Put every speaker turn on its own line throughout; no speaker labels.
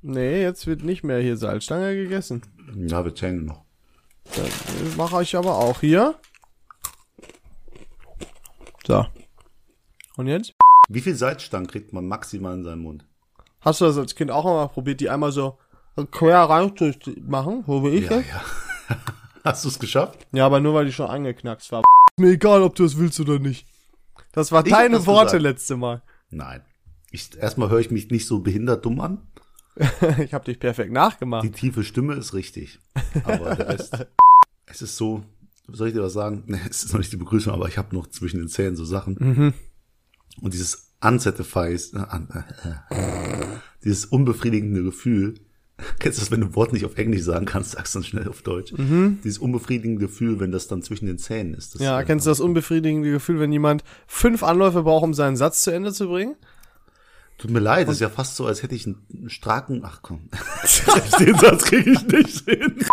Nee, jetzt wird nicht mehr hier Salzstange gegessen.
Ja, wir zählen noch.
Das mache ich aber auch hier. So. Und jetzt?
Wie viel Salzstangen kriegt man maximal in seinen Mund?
Hast du das als Kind auch einmal probiert, die einmal so quer rein zu machen, so wie ich
Ja,
jetzt?
ja. Hast du es geschafft?
Ja, aber nur weil die schon angeknackst war. Mir egal, ob du es willst oder nicht. Das war
Ich hab
deine
das
Worte
gesagt.
letzte Mal.
Nein. Ich, erstmal höre ich mich nicht so behindert dumm an.
ich habe dich perfekt nachgemacht.
Die tiefe Stimme ist richtig. Aber der Rest, es ist so, soll ich dir was sagen? Nee, es ist noch nicht die Begrüßung, aber ich habe noch zwischen den Zähnen so Sachen.
Mhm.
Und dieses unsatisfies, äh, an- äh, äh, dieses unbefriedigende Gefühl, kennst du das, wenn du ein Wort nicht auf Englisch sagen kannst, sagst du es schnell auf Deutsch. Dieses unbefriedigende Gefühl, wenn das dann zwischen den Zähnen ist. Das,
Mhm. ja,
äh,
kennst du das unbefriedigende Gefühl, wenn jemand fünf Anläufe braucht, um seinen Satz zu Ende zu bringen?
Tut mir leid, es ist ja fast so, als hätte ich einen einen starken, ach komm, Selbst den Satz kriege ich nicht hin.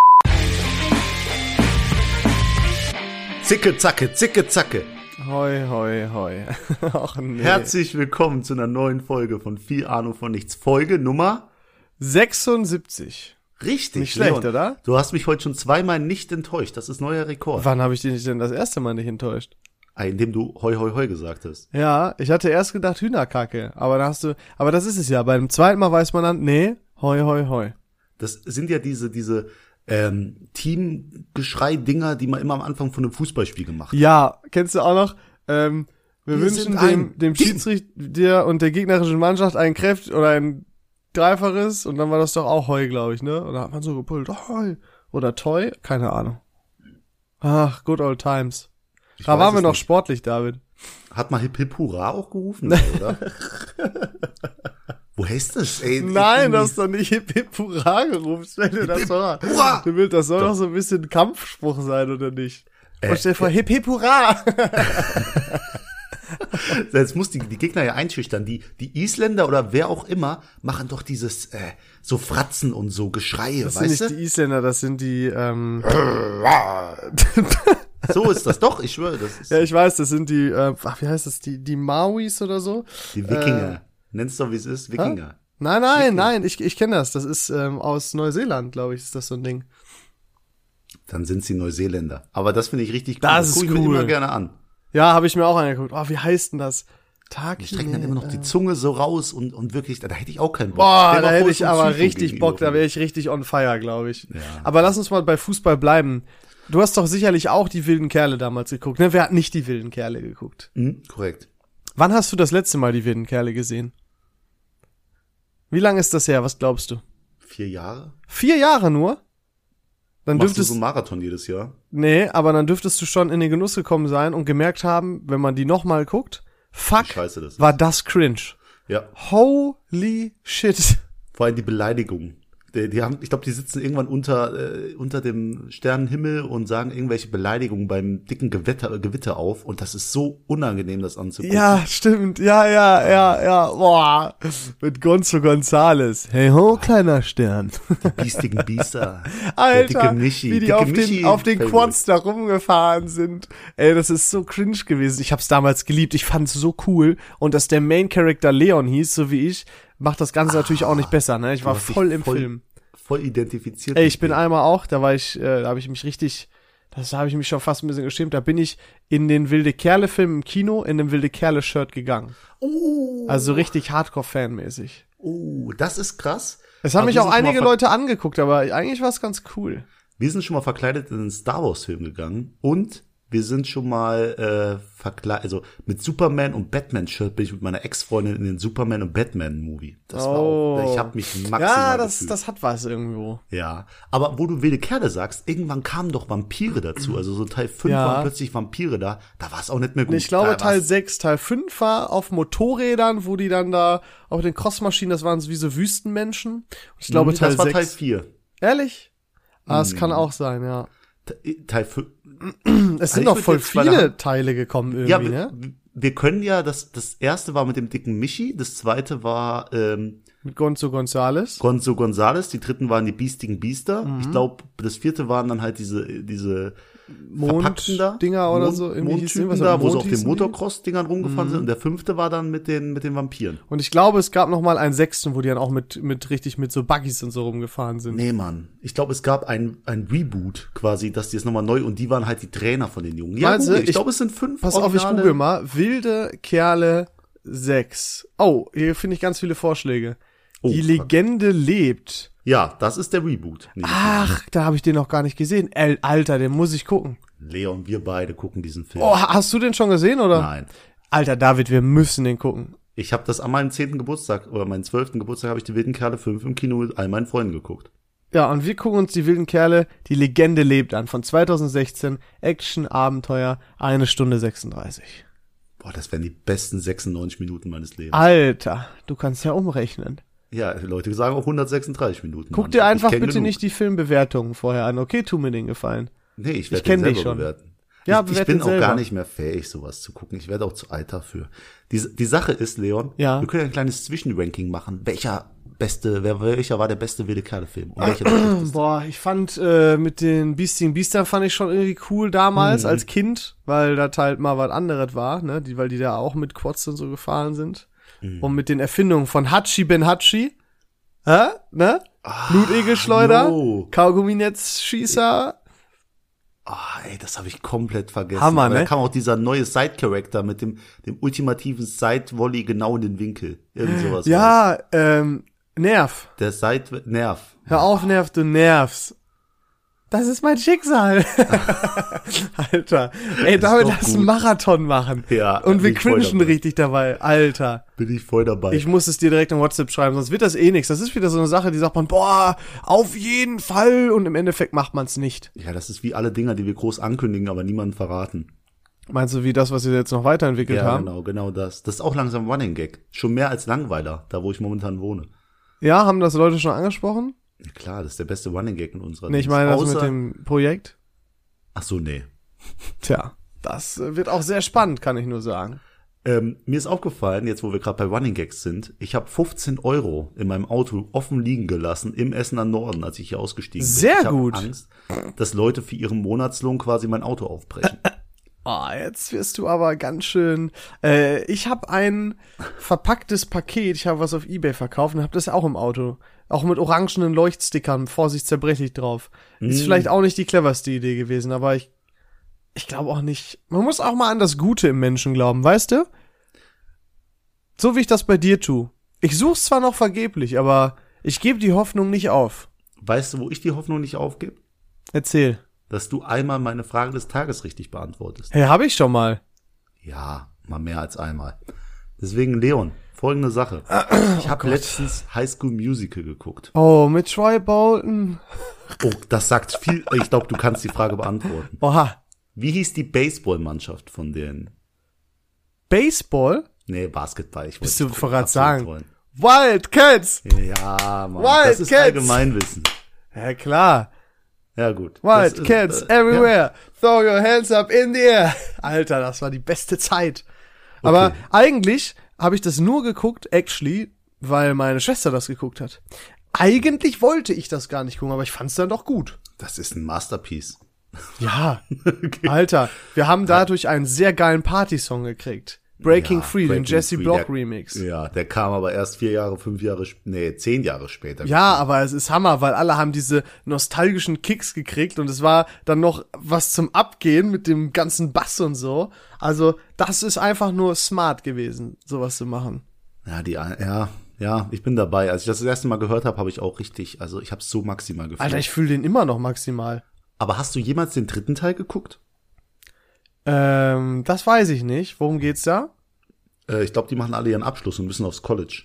Zicke, zacke, zicke, zacke.
Hoi, hoi, hoi. Ach nee.
Herzlich willkommen zu einer neuen Folge von Viel Ahnung von Nichts. Folge Nummer
76.
richtig.
Nicht schlecht,
Leon.
oder?
Du hast mich heute schon zweimal nicht enttäuscht. Das ist neuer Rekord.
Wann habe ich dich denn das erste Mal nicht enttäuscht?
Ah, Indem du hoi, hoi, hoi gesagt hast.
Ja, ich hatte erst gedacht Hühnerkacke, aber da hast du, aber das ist es ja. Beim zweiten Mal weiß man dann, nee, hoi, hoi, hoi.
Das sind ja diese, diese, ähm, Teamgeschrei-Dinger, die man immer am Anfang von einem Fußballspiel gemacht hat.
Ja, kennst du auch noch? Ähm, wir,
Wir
wünschen
sind ein
dem, dem
Team.
Schiedsrichter und der gegnerischen Mannschaft ein Kräft oder ein Dreifaches und dann war das doch auch Heu, glaube ich, ne? Oder hat man so gepult, Heu oder Toy? Keine Ahnung. Ach, good old times.
Ich
da
weiß
waren wir
es
noch
nicht.
sportlich, David.
Hat mal Hip Hip Hurra auch gerufen, oder? Woher ist das? Ey,
Nein, das ist doch nicht Hip Hip Hurra gerufen. Stell dir das vor.
Hurra!
Du willst, das soll doch so ein bisschen Kampfspruch sein, oder nicht?
Äh,
Und stell dir vor, Hip Hip Hurra!
Jetzt muss die, die Gegner ja einschüchtern. Die, die Isländer oder wer auch immer machen doch dieses äh, so Fratzen und so Geschreie,
Das sind
weißt
nicht
du?
die Isländer, das sind die, ähm,
So ist das doch, ich schwöre, das ist
Ja, ich weiß, das sind die, äh, ach, wie heißt das, die, die Mauis oder so?
die
Äh.
Wikinger. Nennst du, wie es ist, Wikinger.
Nein, nein, nein, ich, ich kenne das. Das ist ähm, aus Neuseeland, glaube ich, ist das so ein Ding.
Dann sind sie Neuseeländer. Aber das finde ich richtig cool.
Das ist
guck ich mir
cool.
immer gerne an.
Ja, habe ich mir auch angeguckt. Oh, wie heißt denn das? Taki.
Die strecken dann immer noch die Zunge so raus und, und wirklich, da, da hätte ich auch keinen Bock.
äh. Boah,
Stell dir
da
mal vor,
hätte ich
so ein
aber
Zyklon
richtig Bock, da
gegenüber.
wäre ich richtig on fire, glaube ich. Aber lass uns mal bei Fußball bleiben. Du hast doch sicherlich auch die wilden Kerle damals geguckt, ne? Wer hat nicht die wilden Kerle geguckt?
Hm, korrekt.
Wann hast du das letzte Mal die wilden Kerle gesehen? Wie lange ist das her? Was glaubst du?
Vier Jahre?
Vier Jahre nur? Dann
Machst du
dürftest
so einen Marathon jedes Jahr?
Nee, aber dann dürftest du schon in den Genuss gekommen sein und gemerkt haben, wenn man die nochmal guckt, fuck,
Wie scheiße das ist.
war das cringe.
Ja.
Holy shit.
Vor allem die Beleidigung. Die, die haben, ich glaube, die sitzen irgendwann unter, äh, unter dem Sternenhimmel und sagen irgendwelche Beleidigungen beim dicken Gewitter, äh, Gewitter auf. Und das ist so unangenehm, das anzugucken.
Ja, stimmt. Ja, ja, ja, ja. Boah. Mit Gonzo Gonzales. Hey ho, kleiner Stern.
Die biestigen Biester. der
Alter,
dicke Michi.
wie die
dicke
auf den,
Michi
auf den
Favorite.
Quads da rumgefahren sind. Ey, das ist so cringe gewesen. Ich hab's damals geliebt. Ich fand's so cool. Und dass der Main Character Leon hieß, so wie ich, macht das Ganze natürlich auch nicht besser, ne? Ich war
Ah, Du hast dich
voll im Film.
Voll identifiziert.
Ey,
mit
ich bin
dir.
einmal auch, da war ich, äh, da habe ich mich richtig, das habe ich mich schon fast ein bisschen geschämt, da bin ich in den Wilde Kerle-Film im Kino in einem Wilde Kerle-Shirt gegangen.
Oh,
Also richtig Hardcore-Fan-mäßig.
oh, das ist krass.
Es haben
Aber
mich
wir
auch
sind schon mal
einige
ver-
Leute angeguckt, aber eigentlich war es ganz cool.
Wir sind schon mal verkleidet in einen Star Wars Film gegangen und wir sind schon mal äh, verkleidet, also mit Superman und Batman Shirt bin ich mit meiner Ex-Freundin in den Superman und Batman Movie. Das war auch, ich habe mich maximal
Oh. Ja, das,
gefühlt.
das hat was irgendwo.
Ja, aber wo du wilde Kerle sagst, irgendwann kamen doch Vampire dazu, also so Teil 5
Ja.
waren plötzlich Vampire da, da war es auch nicht mehr gut.
Ich glaube,
Da
Teil
war's-
6, Teil 5 war auf Motorrädern, wo die dann da auf den Crossmaschinen, das waren so wie so Wüstenmenschen. Und ich glaube,
Hm,
Teil
das war
6.
Teil Mhm. 4.
Ehrlich? Ah, es kann auch sein, ja.
Te- äh, Teil 5.
Es
Also
sind
ich
noch
würd
voll
jetzt bei der
viele Teile gekommen irgendwie,
Ja,
ne?
wir, wir können ja, das, das erste war mit dem dicken Michi, das zweite war ähm,
Mit Gonzo Gonzales.
Gonzo Mhm. Gonzales, die dritten waren die biestigen Biester. Ich glaube, das vierte waren dann halt diese, diese verpackten da.
Dinger oder
Mond-
so, irgendwie hieß
Mondtypen
irgendwas
da,
mit
wo sie
Mond
auf den
hießen die?
Motocross-Dingern rumgefahren sind. Und der fünfte war dann mit den, mit den Vampiren.
Und ich glaube, es gab noch mal einen sechsten, wo die dann auch mit, mit richtig mit so Buggies und so rumgefahren sind.
Nee, Mann. Ich glaube, es gab ein, ein Reboot quasi, dass die jetzt nochmal neu und die waren halt die Trainer von den Jungen. Ja,
Meinst du?
google, ich,
Ich-
glaube, es sind fünf.
Pass auf, ich
originale-
google mal. Wilde Kerle 6. Oh, hier finde ich ganz viele Vorschläge.
Oh,
die
fuck.
Legende lebt.
Ja, das ist der Reboot. Nee,
Ach, da habe ich den noch gar nicht gesehen. El, Alter, den muss ich gucken.
Leon, wir beide gucken diesen Film.
Oh, ha- hast du den schon gesehen, oder?
Nein.
Alter, David, wir müssen den gucken.
Ich habe das an meinem zehnten Geburtstag oder meinem zwölften Geburtstag habe ich die wilden Kerle 5 im Kino mit all meinen Freunden geguckt.
Ja, und wir gucken uns die wilden Kerle, die Legende lebt an, von 2016, Action, Abenteuer, eine Stunde 36.
Boah, das wären die besten 96 Minuten meines Lebens.
Ah. Alter, du kannst ja umrechnen.
Ja, Leute sagen auch 136 Minuten.
Guck
Mann.
dir
Ich
einfach
kenn
bitte
genug.
nicht die Filmbewertungen vorher an, okay? Tu mir den Gefallen.
Nee, ich
Ich
werde
kenn
den selber
dich schon.
bewerten.
Ja,
ich, ich
bewert
bin
den
auch
selber.
gar nicht mehr fähig, sowas zu gucken. Ich werde auch zu alt dafür. Die, die Sache ist, Leon,
Ja.
wir können ja ein kleines Zwischenranking machen. Welcher beste, wer, welcher war der beste wilde Kerle-Film? Und welcher der schlechteste?
Boah, ich fand äh, mit den Beasting Biestern fand ich schon irgendwie cool damals
Mhm.
als Kind, weil das halt mal was anderes war, ne? Die, weil die da auch mit Quads und so gefahren sind.
Mhm.
Und mit den Erfindungen von Hachi Ben Hachi. Hä? Ne?
Ah,
Blutegelschleuder,
no.
Kaugumminetzschießer.
Ah, ey, das habe ich komplett vergessen.
Hammer,
Weil
ne?
Da kam auch dieser neue Side-Character mit dem, dem ultimativen Side-Volley genau in den Winkel. Irgend sowas. war
Ja, ähm, nerv.
das. Der Side-Nerv.
Hör auf, nerv, du nervst. Das ist mein Schicksal. Alter. Ey,
ist
damit
doch
lass einen
gut.
Marathon machen.
Ja,
Und wir
bin ich voll
cringen
dabei.
richtig dabei. Alter.
Bin ich voll dabei.
Ich muss es dir direkt in WhatsApp schreiben, sonst wird das eh nichts. Das ist wieder so eine Sache, die sagt man, boah, auf jeden Fall und im Endeffekt macht man es nicht.
ja, das ist wie alle Dinger, die wir groß ankündigen, aber niemanden verraten.
Meinst du, wie das, was wir jetzt noch weiterentwickelt
Ja,
haben?
genau, genau das. Das ist auch langsam Running Gag. Schon mehr als Langweiler, da wo ich momentan wohne.
Ja, haben das Leute schon angesprochen?
Ja, klar, das ist der beste Running Gag in unserer
Nee, ich
Dienst.
meine das
Außer,
mit dem Projekt.
Ach so, nee.
Tja, das äh, wird auch sehr spannend, kann ich nur sagen.
Ähm, mir ist aufgefallen, jetzt wo wir gerade bei Running Gags sind, ich habe 15 Euro in meinem Auto offen liegen gelassen im Essener Norden, als ich hier ausgestiegen bin.
Sehr
ich hab
gut.
Angst, dass Leute für ihren Monatslohn quasi mein Auto aufbrechen.
Ah, jetzt wirst du aber ganz schön. Äh, ich habe ein verpacktes Paket, ich habe was auf Ebay verkauft und habe das auch im Auto. Auch mit orangenen Leuchtstickern, Vorsicht zerbrechlich drauf. Ist vielleicht auch nicht die cleverste Idee gewesen, aber ich, ich glaube auch nicht. Man muss auch mal an das Gute im Menschen glauben, weißt du? So wie ich das bei dir tue. Ich such's zwar noch vergeblich, aber ich gebe die Hoffnung nicht auf.
Weißt du, wo ich die Hoffnung nicht aufgebe?
Erzähl.
Dass du einmal meine Frage des Tages richtig beantwortest.
Hey, habe ich schon mal.
Ja, mal mehr als einmal. Deswegen, Leon, folgende Sache. Ich habe letztens High School Musical geguckt.
Oh, mit Troy Bolton.
Oh, das sagt viel. Ich glaube, du kannst die Frage beantworten.
Oha.
Wie hieß die Baseballmannschaft von den
Baseball?
Nee, Basketball. Ich
Bist
wollte
du
nicht
verrat
absolut
sagen? Wildcats!
wollen. Ja, Mann.
Wild
das ist
Cats!
Allgemeinwissen.
Ja klar.
Ja, gut. Das ist,
Wildcats
äh, Ja.
everywhere. Throw your hands up in the air. Alter, das war die beste Zeit. Aber eigentlich habe ich das nur geguckt, actually, weil meine Schwester das geguckt hat. Eigentlich wollte ich das gar nicht gucken, aber ich fand es dann doch gut.
Das ist ein Masterpiece.
Ja. Alter, wir haben dadurch einen sehr geilen Partysong gekriegt. Breaking
Ja,
Free, den
Breaking
Jesse
Free,
Block
der-
Remix.
Ja, der kam aber erst vier Jahre, fünf Jahre, sp- nee, zehn Jahre später.
Ja, aber es ist Hammer, weil alle haben diese nostalgischen Kicks gekriegt und es war dann noch was zum Abgehen mit dem ganzen Bass und so. Also, das ist einfach nur smart gewesen, sowas zu machen.
Ja, die, ja, ja, ich bin dabei. Als ich das das erste Mal gehört habe, habe ich auch richtig, also ich habe so maximal gefühlt.
Alter, ich fühle den immer noch maximal.
aber hast du jemals den dritten Teil geguckt?
Ähm, das weiß ich nicht. Worum geht's da?
Äh, ich glaube, die machen alle ihren Abschluss und müssen aufs College.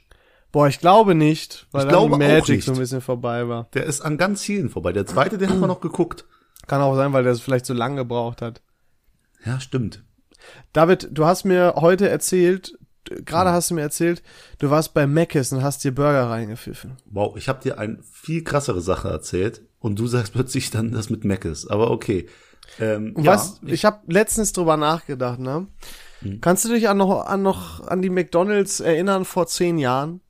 Boah, ich glaube nicht, weil
Ich
dann
glaube auch
die Magic
nicht.
so ein bisschen vorbei war.
Der ist an ganz vielen vorbei. Der zweite, den haben wir noch geguckt.
Kann auch sein, weil der es vielleicht so lange gebraucht hat.
Ja, stimmt.
David, du hast mir heute erzählt, gerade
Hm.
hast du mir erzählt, du warst bei Mc's und hast dir Burger reingepfiffen.
Wow, ich habe dir eine viel krassere Sache erzählt und du sagst plötzlich dann das mit Mac ist. Aber okay. Ähm,
Und
ja,
was, ich, hab habe letztens drüber nachgedacht, ne?
Hm.
Kannst du dich an noch, an noch an die McDonalds erinnern vor zehn Jahren?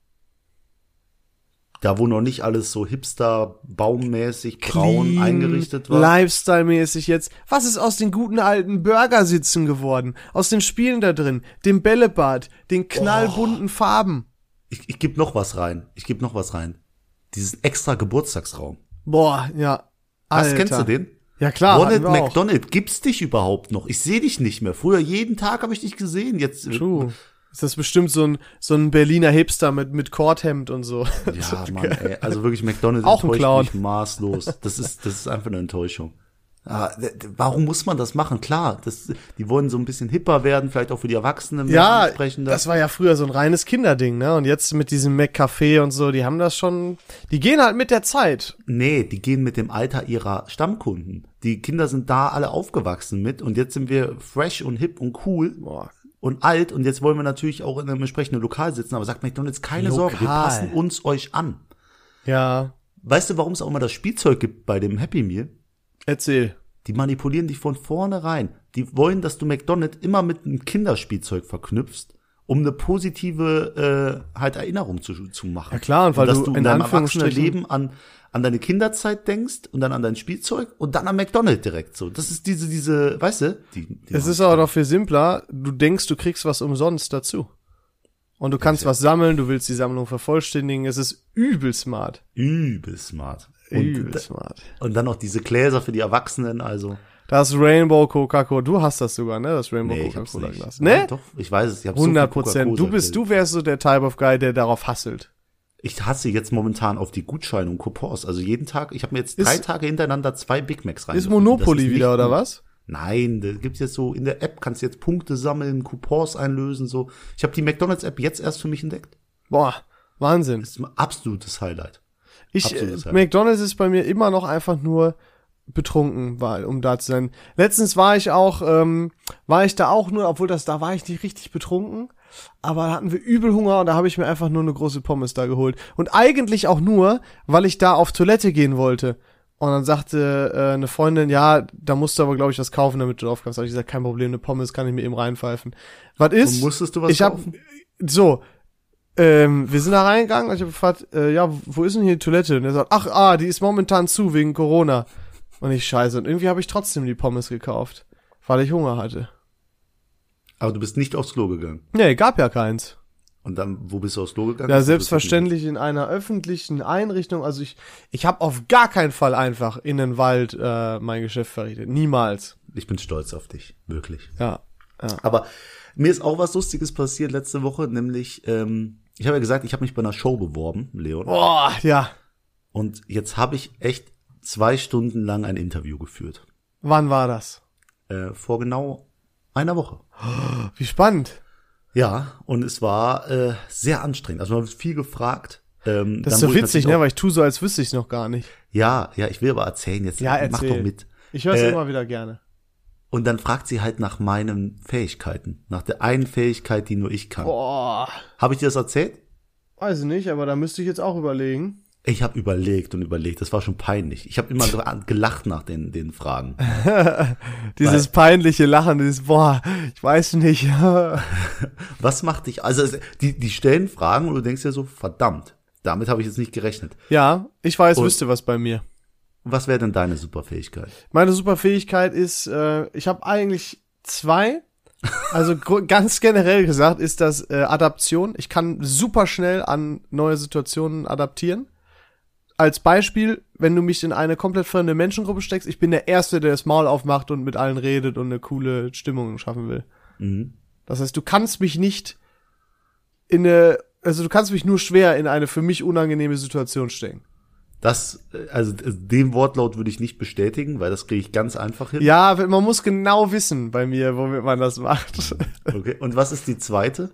Da, wo noch nicht alles so hipster, baummäßig, braun
Clean,
eingerichtet war.
Lifestyle-mäßig jetzt. Was ist aus den guten alten Burgersitzen geworden? Aus den Spielen da drin, dem Bällebad, den knallbunten Farben.
Ich, ich gebe noch was rein. Ich gebe noch was rein. Diesen extra Geburtstagsraum.
Boah, ja.
Was,
Alter.
kennst du den?
Ja klar,
Ronald
hatten wir auch.
McDonald, gibt's dich überhaupt noch? Ich sehe dich nicht mehr. Früher jeden Tag habe ich dich gesehen. Jetzt äh,
True. Ist das bestimmt so ein, so ein Berliner Hipster mit, mit Korthemd und so.
Ja, Mann, ey. Also wirklich, McDonald's
Auch ein
enttäuscht
Clown.
mich maßlos. Das ist, das ist einfach eine Enttäuschung. Ah, d- d- warum muss man das machen? Klar, das, die wollen so ein bisschen hipper werden, vielleicht auch für die Erwachsenen
Ja,
entsprechender.
das war ja früher so ein reines Kinderding, ne? Und jetzt mit diesem McCafé und so, die haben das schon, die gehen halt mit der Zeit.
Nee, die gehen mit dem Alter ihrer Stammkunden. Die Kinder sind da alle aufgewachsen mit und jetzt sind wir fresh und hip und cool
Boah.
und alt und jetzt wollen wir natürlich auch in einem entsprechenden Lokal sitzen, aber sagt McDonalds, keine Sorge, wir
Lokal.
passen uns euch an.
Ja,
Weißt du, warum es auch immer das Spielzeug gibt bei dem Happy Meal?
erzähl.
Die manipulieren dich von vornherein. Die wollen, dass du McDonald's immer mit einem Kinderspielzeug verknüpfst, um eine positive äh, halt Erinnerung zu, zu machen.
Ja, klar, und weil
dass
du
du in
in
deinem
Anführungsstrichen-
erwachsenen Leben an, an deine Kinderzeit denkst und dann an dein Spielzeug und dann an McDonald's direkt so. Das ist diese, diese, weißt du? Die, die
Es ist aber noch viel simpler. Du denkst, du kriegst was umsonst dazu. Und du kannst was sammeln, du willst die Sammlung vervollständigen. Es ist übel smart.
übel smart. Und,
Übel smart.
und dann noch diese Gläser für die Erwachsenen, also.
Das Rainbow Coca-Cola. Du hast das sogar, ne? Das Rainbow
Nee, Oh, ich hab's
Coca-Cola
nicht.
Glas.
Nein,
Ne?
Doch, ich weiß es. Ich hab's
100 Prozent. Du bist, du wärst so der Type of Guy, der darauf hasselt.
Ich hasse jetzt momentan auf die Gutscheine und Coupons. Also jeden Tag, ich habe mir jetzt drei
Ist-
Tage hintereinander zwei Big Macs rein.
Ist Monopoly wieder, oder was?
Nein, da gibt's jetzt so, in der App kannst du jetzt Punkte sammeln, Coupons einlösen, so. Ich habe die McDonalds-App jetzt erst für mich entdeckt.
Boah, Wahnsinn.
Das ist ein absolutes Highlight.
Ich, äh,
absolutes Highlight.
McDonalds ist bei mir immer noch einfach nur betrunken, weil, um da zu sein. Letztens war ich auch, ähm, war ich da auch nur, obwohl das, da war ich nicht richtig betrunken, aber da hatten wir übel Hunger und da habe ich mir einfach nur eine große Pommes da geholt. Und eigentlich auch nur, weil ich da auf Toilette gehen wollte. Und dann sagte äh, eine Freundin, ja, da musst du aber, glaube ich, was kaufen, damit du drauf kannst. Da hab ich gesagt, kein Problem, eine Pommes kann ich mir eben reinpfeifen. Was ist?
musstest du was
ich hab,
kaufen?
So, ähm, wir sind da reingegangen und ich habe gefragt, äh, ja, wo ist denn hier die Toilette? Und er sagt, ach, ah, die ist momentan zu wegen Corona. Und ich scheiße. Und irgendwie habe ich trotzdem die Pommes gekauft, weil ich Hunger hatte.
Aber du bist nicht aufs Klo gegangen.
Nee, gab ja keins.
Und dann, wo bist du aufs Klo gegangen?
Ja,
Das interessiert mich.
selbstverständlich in einer öffentlichen Einrichtung. Also ich, ich habe auf gar keinen Fall einfach in den Wald äh, mein Geschäft verrichtet. Niemals.
Ich bin stolz auf dich. Wirklich.
Ja. ja.
Aber mir ist auch was Lustiges passiert letzte Woche, nämlich, ähm, ich habe ja gesagt, ich habe mich bei einer Show beworben, Leon.
Boah, ja.
Und jetzt habe ich echt zwei Stunden lang ein Interview geführt.
Wann war das?
Äh, vor genau einer Woche.
Wie spannend.
Ja, und es war äh, sehr anstrengend. Also man wird viel gefragt. Ähm,
Das ist
dann
so
wurde ich
witzig,
natürlich
ne? Weil ich tu so, als wüsste ich noch gar nicht.
auch- Ja, ja, ich will aber erzählen jetzt.
Ja,
Mach
erzähl.
doch mit.
Ich höre es
Äh,
immer wieder gerne.
Und dann fragt sie halt nach meinen Fähigkeiten. Nach der einen Fähigkeit, die nur ich kann.
Boah.
Habe ich dir das erzählt?
Weiß ich nicht, aber da müsste ich jetzt auch überlegen.
Ich habe überlegt und überlegt. Das war schon peinlich. Ich habe immer so an- gelacht nach den, den Fragen.
Dieses peinliche Lachen, dieses, boah, ich weiß nicht.
Was macht dich, also es- die, die stellen Fragen und du denkst dir so, verdammt, damit habe ich jetzt nicht gerechnet.
ja, ich weiß,
Und-
wüsste was bei mir.
Was wäre denn deine Superfähigkeit?
Meine Superfähigkeit ist, äh, ich habe eigentlich zwei. Also gru- ganz generell gesagt ist das äh, Adaption. Ich kann super schnell an neue Situationen adaptieren. Als Beispiel, wenn du mich in eine komplett fremde Menschengruppe steckst, ich bin der Erste, der das Maul aufmacht und mit allen redet und eine coole Stimmung schaffen will.
Mhm.
Das heißt, du kannst mich nicht in eine, also du kannst mich nur schwer in eine für mich unangenehme Situation stecken.
Das, äh, also d- den Wortlaut würde ich nicht bestätigen, weil das kriege ich ganz einfach hin.
Ja, man muss genau wissen bei mir, womit man das macht.
Okay. Und was ist die zweite?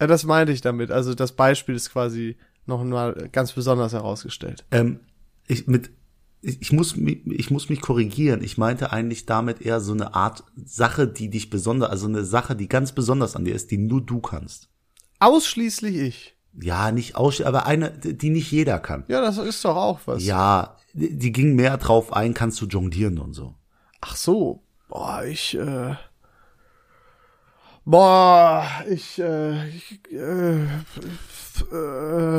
Ja, das meinte ich damit. Also das Beispiel ist quasi noch mal ganz besonders herausgestellt.
Ähm, ich, mit, ich ich muss, mi- ich muss mich korrigieren. Ich meinte eigentlich damit eher so eine Art Sache, die dich besonders, also eine Sache, die ganz besonders an dir ist, die nur du kannst.
Ausschließlich ich.
Ja, nicht aus, aber eine, die die nicht jeder kann.
Ja, das ist doch auch was.
Ja, die die ging mehr drauf ein, kannst du jonglieren und so.
Ach so. Boah, ich äh Boah, ich äh, ich, äh,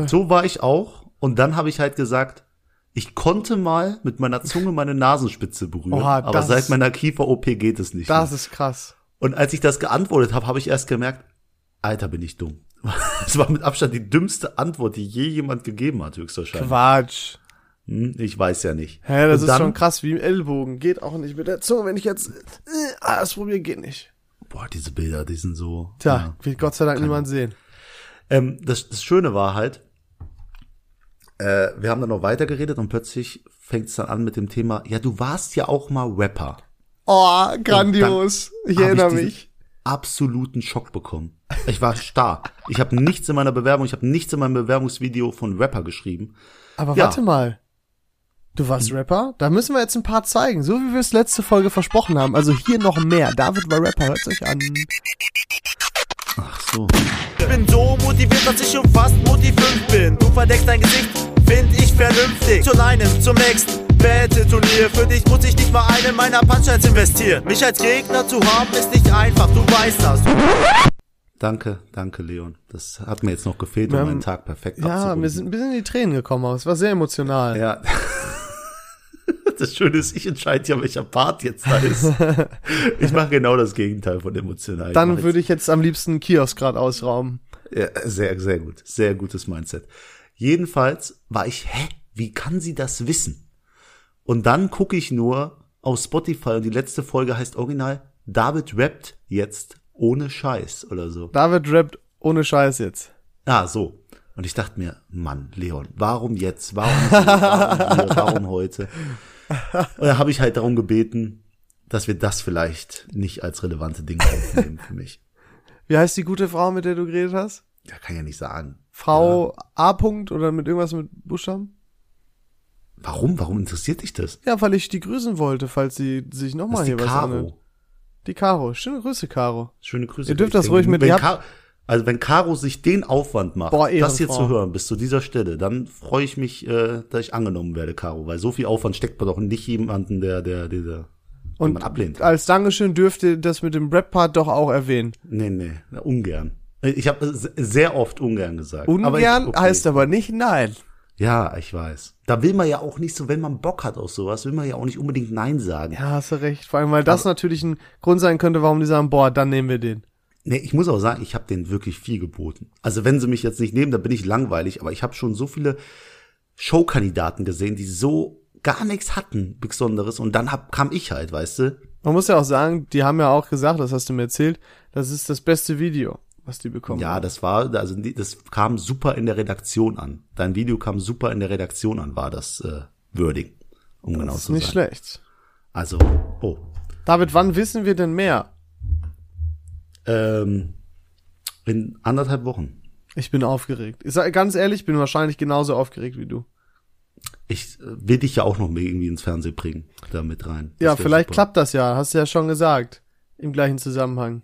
So war ich auch Und dann habe ich halt gesagt, ich konnte mal mit meiner Zunge meine Nasenspitze berühren,
Oha,
aber
das-
seit meiner Kiefer-OP geht es nicht.
Das
mehr.
ist krass.
Und als ich das geantwortet habe, habe ich erst gemerkt, Alter, bin ich dumm. Das war mit Abstand die dümmste Antwort, die je jemand gegeben hat, höchstwahrscheinlich.
Quatsch.
Hm, ich weiß ja nicht.
Hä, das ist
Und dann,
schon krass, wie im Ellbogen. Geht auch nicht mit der Zunge, wenn ich jetzt äh, alles probiere, geht nicht.
Boah, diese Bilder, die sind so.
Tja,
ja.
wird Gott sei Dank niemand sehen.
Ähm, das, das Schöne war halt, äh, wir haben dann noch weitergeredet und plötzlich fängt es dann an mit dem Thema, ja, du warst ja auch mal Rapper.
Oh, grandios. Ich
Hab
erinnere
diesen
mich.
absoluten Schock bekommen. Ich war starr. Ich habe nichts in meiner Bewerbung, ich habe nichts in meinem Bewerbungsvideo von Rapper geschrieben.
Aber
Ja.
warte mal. Du warst Rapper? Da müssen wir jetzt ein paar zeigen, so wie wir es letzte Folge versprochen haben. Also hier noch mehr. David war Rapper, hört euch an.
Ach so.
Ich bin so motiviert, dass ich schon fast motivfünf bin. Du verdeckst dein Gesicht, find ich vernünftig. Zu einem, zum nächsten Battle-Turnier. Für dich muss ich nicht mal einen meiner Punchlines investieren. Mich als Gegner zu haben ist nicht einfach, du weißt das.
Danke, danke, Leon. Das hat mir jetzt noch gefehlt,
Wir
um
haben-
meinen Tag perfekt
Ja,
abzurunden.
wir sind ein bisschen in die Tränen gekommen, aber es war sehr emotional.
Ja. Das Schöne ist, ich entscheide ja, welcher Part jetzt da ist. Ich mache genau das Gegenteil von emotional.
Dann würde ich jetzt am liebsten einen Kiosk gerade ausrauben.
Ja, sehr, sehr gut. Sehr gutes Mindset. Jedenfalls war ich, hä, wie kann sie das wissen? Und dann gucke ich nur auf Spotify und die letzte Folge heißt original, David rappt jetzt ohne Scheiß oder so.
David rappt ohne Scheiß jetzt.
Ah, so. Und ich dachte mir, Mann, Leon, warum jetzt? Warum, so? warum, hier? warum heute? Und dann habe ich halt darum gebeten, dass wir das vielleicht nicht als relevante Dinge aufnehmen für mich.
Wie heißt die gute Frau, mit der du geredet hast?
Ja, kann ja nicht sagen.
Frau A. Punkt oder mit irgendwas mit Buchstaben?
Warum? Warum interessiert dich das?
Ja, weil ich die grüßen wollte, falls sie sich
Das
nochmal
ist die
hier was anhört.
Caro.
Die Caro. Schöne Grüße, Caro.
Schöne Grüße.
Ihr dürft das
Ich
ruhig mit-
Wenn
ihr habt-
Ka- also wenn Caro sich den Aufwand macht,
Boah,
das hier
Ehrenfrau.
zu hören bis zu dieser Stelle, dann freue ich mich, äh, dass ich angenommen werde, Caro, weil so viel Aufwand steckt man doch nicht jemanden, der, der, der, der den
Und äh,
man ablehnt.
als Dankeschön dürft ihr das mit dem Rap-Part doch auch erwähnen.
Nee, nee, na, ungern. Ich habe sehr oft ungern gesagt. aber ich-
Ungern
okay.
heißt aber nicht nein.
Ja, ich weiß. Da will man ja auch nicht so, wenn man Bock hat auf sowas, will man ja auch nicht unbedingt Nein sagen.
Ja, hast du recht. Vor allem, weil das natürlich ein Grund sein könnte, warum die sagen, boah, dann nehmen wir den.
Nee, ich muss auch sagen, ich habe denen wirklich viel geboten. Also wenn sie mich jetzt nicht nehmen, dann bin ich langweilig, aber ich habe schon so viele Showkandidaten gesehen, die so gar nichts hatten, Besonderes. Und dann hab, kam ich halt, weißt du?
Man muss ja auch sagen, die haben ja auch gesagt, das hast du mir erzählt, das ist das beste Video, was die bekommen.
Ja, das war, also die- das kam super in der Redaktion an. Dein Video kam super in der Redaktion an, war das äh, Wording, um genau
das ist
zu
nicht
sein.
schlecht.
Also, oh.
David, wann wissen wir denn mehr?
Ähm, in anderthalb Wochen.
Ich bin aufgeregt. Ich sag, ganz ehrlich, ich bin wahrscheinlich genauso aufgeregt wie du.
Ich äh, will dich ja auch noch mehr irgendwie ins Fernsehen bringen, da mit rein.
Ja,
Das wär
vielleicht
super.
klappt das ja, hast du ja schon gesagt. Im gleichen Zusammenhang.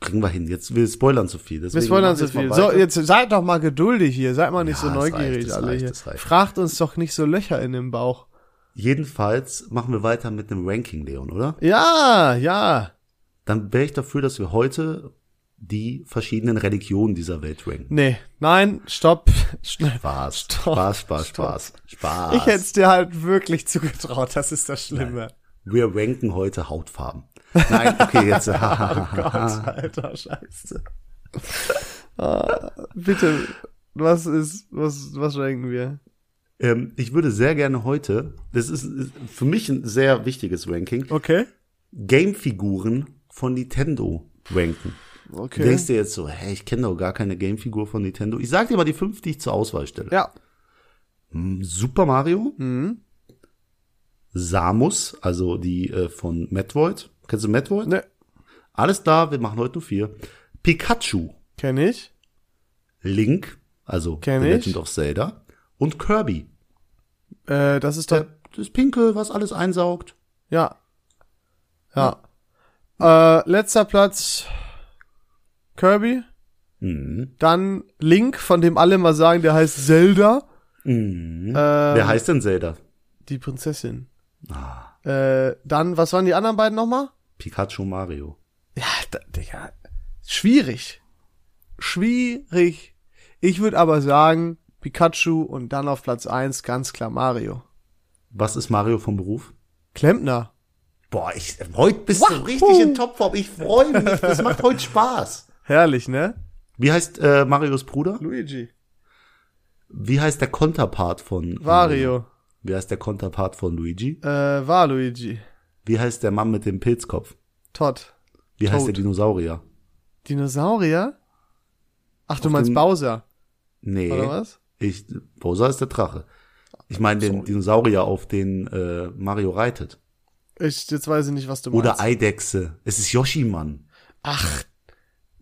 Kriegen wir hin. Jetzt wir spoilern zu viel. Deswegen
Wir spoilern
machen
so
jetzt mal
viel. So,
weiter.
jetzt seid doch mal geduldig hier. Seid mal nicht so
Ja, es
neugierig
reicht, es
alle
reicht, es
hier.
reicht.
Fragt uns doch nicht so Löcher in den Bauch.
Jedenfalls machen wir weiter mit dem Ranking, Leon, oder?
Ja, ja.
Dann wäre ich dafür, dass wir heute die verschiedenen Religionen dieser Welt ranken.
Nee, nein, stopp. Schnell.
Spaß,
Stopp,
Spaß, Spaß,
stopp.
Spaß, Spaß.
Ich hätte es dir halt wirklich zugetraut, das ist das Schlimme.
wir ranken heute Hautfarben. Nein, okay, jetzt.
Oh
Ah.
Gott, alter Scheiße. Ah, bitte, was ist, was, was schenken wir?
ähm, ich würde sehr gerne heute, das ist, ist für mich ein sehr wichtiges Ranking,
Okay.
Gamefiguren von Nintendo ranken. Du
Okay.
denkst dir jetzt so, hey, ich kenne doch gar keine Gamefigur von Nintendo. Ich sag dir mal die fünf, die ich zur Auswahl stelle.
Ja. Mhm.
Super Mario, Samus, also die äh, von Metroid. Kennst du Metroid?
Ne,
Alles da, wir machen heute nur vier. Pikachu,
kenn ich.
Link, also
Kenn
The
ich.
Legend of Zelda und Kirby.
Äh, das ist doch,
Das Pinkel, was alles einsaugt.
ja. Ja. Äh, letzter Platz, Kirby.
Mhm.
Dann Link, von dem alle mal sagen, der heißt Zelda.
Mhm.
Äh,
Wer heißt denn Zelda?
die Prinzessin. Äh, dann, was waren die anderen beiden nochmal?
Pikachu Mario.
Ja, da, Digga. Schwierig. Schwierig. Ich würde aber sagen, Pikachu und dann auf Platz 1 ganz klar Mario.
Was ist Mario vom Beruf?
Klempner.
Boah, ich, heute bist du richtig in Topform. Ich freue mich. Das macht heute Spaß.
Herrlich, ne?
Wie heißt äh, Marios Bruder?
Luigi.
Wie heißt der Konterpart von äh,
Wario.
Wie heißt der Konterpart von Luigi?
Äh, war Luigi.
Wie heißt der Mann mit dem Pilzkopf?
Todd.
Wie heißt der
Toad.
Dinosaurier?
Dinosaurier? Ach, du
Auf
meinst
dem-
Bowser,
Nee.
oder was?
Ich, Bowser ist der Drache. Ich meine den Dinosaurier, auf den äh, Mario reitet.
Ich, jetzt weiß ich nicht, was du meinst.
Oder Eidechse. Es ist Yoshi, Mann.
Ach.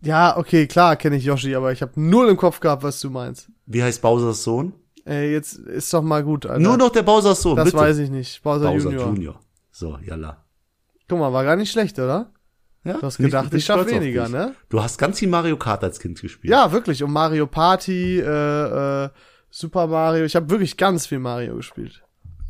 Ja, okay, klar kenne ich Yoshi, aber ich habe null im Kopf gehabt, was du meinst.
Wie heißt Bowsers Sohn?
Ey, jetzt ist doch mal gut, Alter.
Nur noch der Bowsers Sohn,
das
bitte.
weiß ich nicht. Bowser,
Bowser
Junior.
Junior. So, jalla.
Guck mal, war gar nicht schlecht, oder?
Ja,
Du hast
bin
gedacht,
bin
ich schaff
stolz auf
weniger,
dich.
ne?
Du hast ganz viel Mario Kart als Kind gespielt.
Ja, wirklich. Und Mario Party, äh, äh, Super Mario. Ich habe wirklich ganz viel Mario gespielt.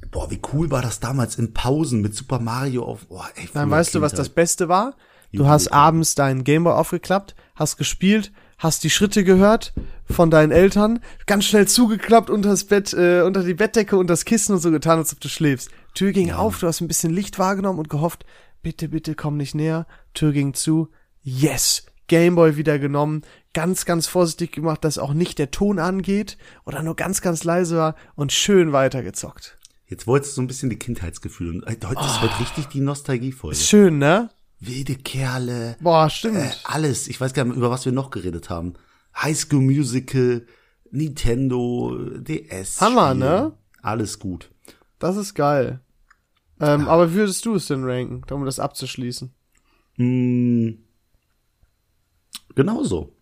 Boah, wie cool war das damals in Pausen mit Super Mario auf. Boah, ey,
Dann
früher
weißt du, was das
Kindheit.
Beste war? Du
Jugend-
hast abends deinen Gameboy aufgeklappt, hast gespielt, hast die Schritte gehört von deinen Eltern, ganz schnell zugeklappt unter das Bett, äh, unter die Bettdecke und das Kissen und so getan, als ob du schläfst. Tür ging auf, du hast ein bisschen Licht wahrgenommen und gehofft, bitte, bitte komm nicht näher. Tür ging zu, yes, Gameboy wieder genommen, ganz, ganz vorsichtig gemacht, dass auch nicht der Ton angeht oder nur ganz, ganz leise war und schön weitergezockt.
Jetzt wolltest du so ein bisschen die Kindheitsgefühle. Und heute
Oh.
ist heute richtig die Nostalgiefolge.
Ist schön, ne?
Wilde Kerle.
Boah, stimmt.
Äh, alles. Ich weiß gar nicht, über was wir noch geredet haben. High School Musical, Nintendo, DS.
Hammer, ne?
Alles gut.
Das ist geil. Ähm, Aber wie würdest du es denn ranken, um das abzuschließen?
Mm, genauso.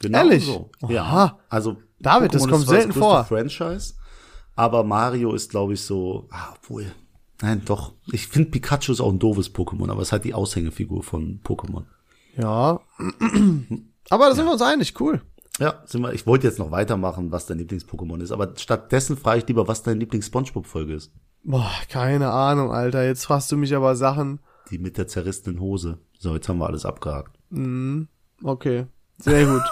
Genau
Ehrlich?
so.
Oha.
Ja. Also
David, das kommt
ist zwar
selten
größte
vor.
Franchise, aber Mario ist, glaube ich, so, ah, obwohl. Nein, doch. Ich finde Pikachu ist auch ein doofes Pokémon, aber es hat die Aushängefigur von Pokémon.
Ja. aber da sind wir uns einig, cool.
Ja, sind wir, ich wollte jetzt noch weitermachen, was dein Lieblings-Pokémon ist, aber stattdessen frage ich lieber, was deine Lieblings-Spongebob-Folge ist.
Boah, keine Ahnung, Alter. Jetzt fragst du mich aber Sachen.
Die mit der zerrissenen Hose. So, jetzt haben wir alles abgehakt.
Okay, sehr gut.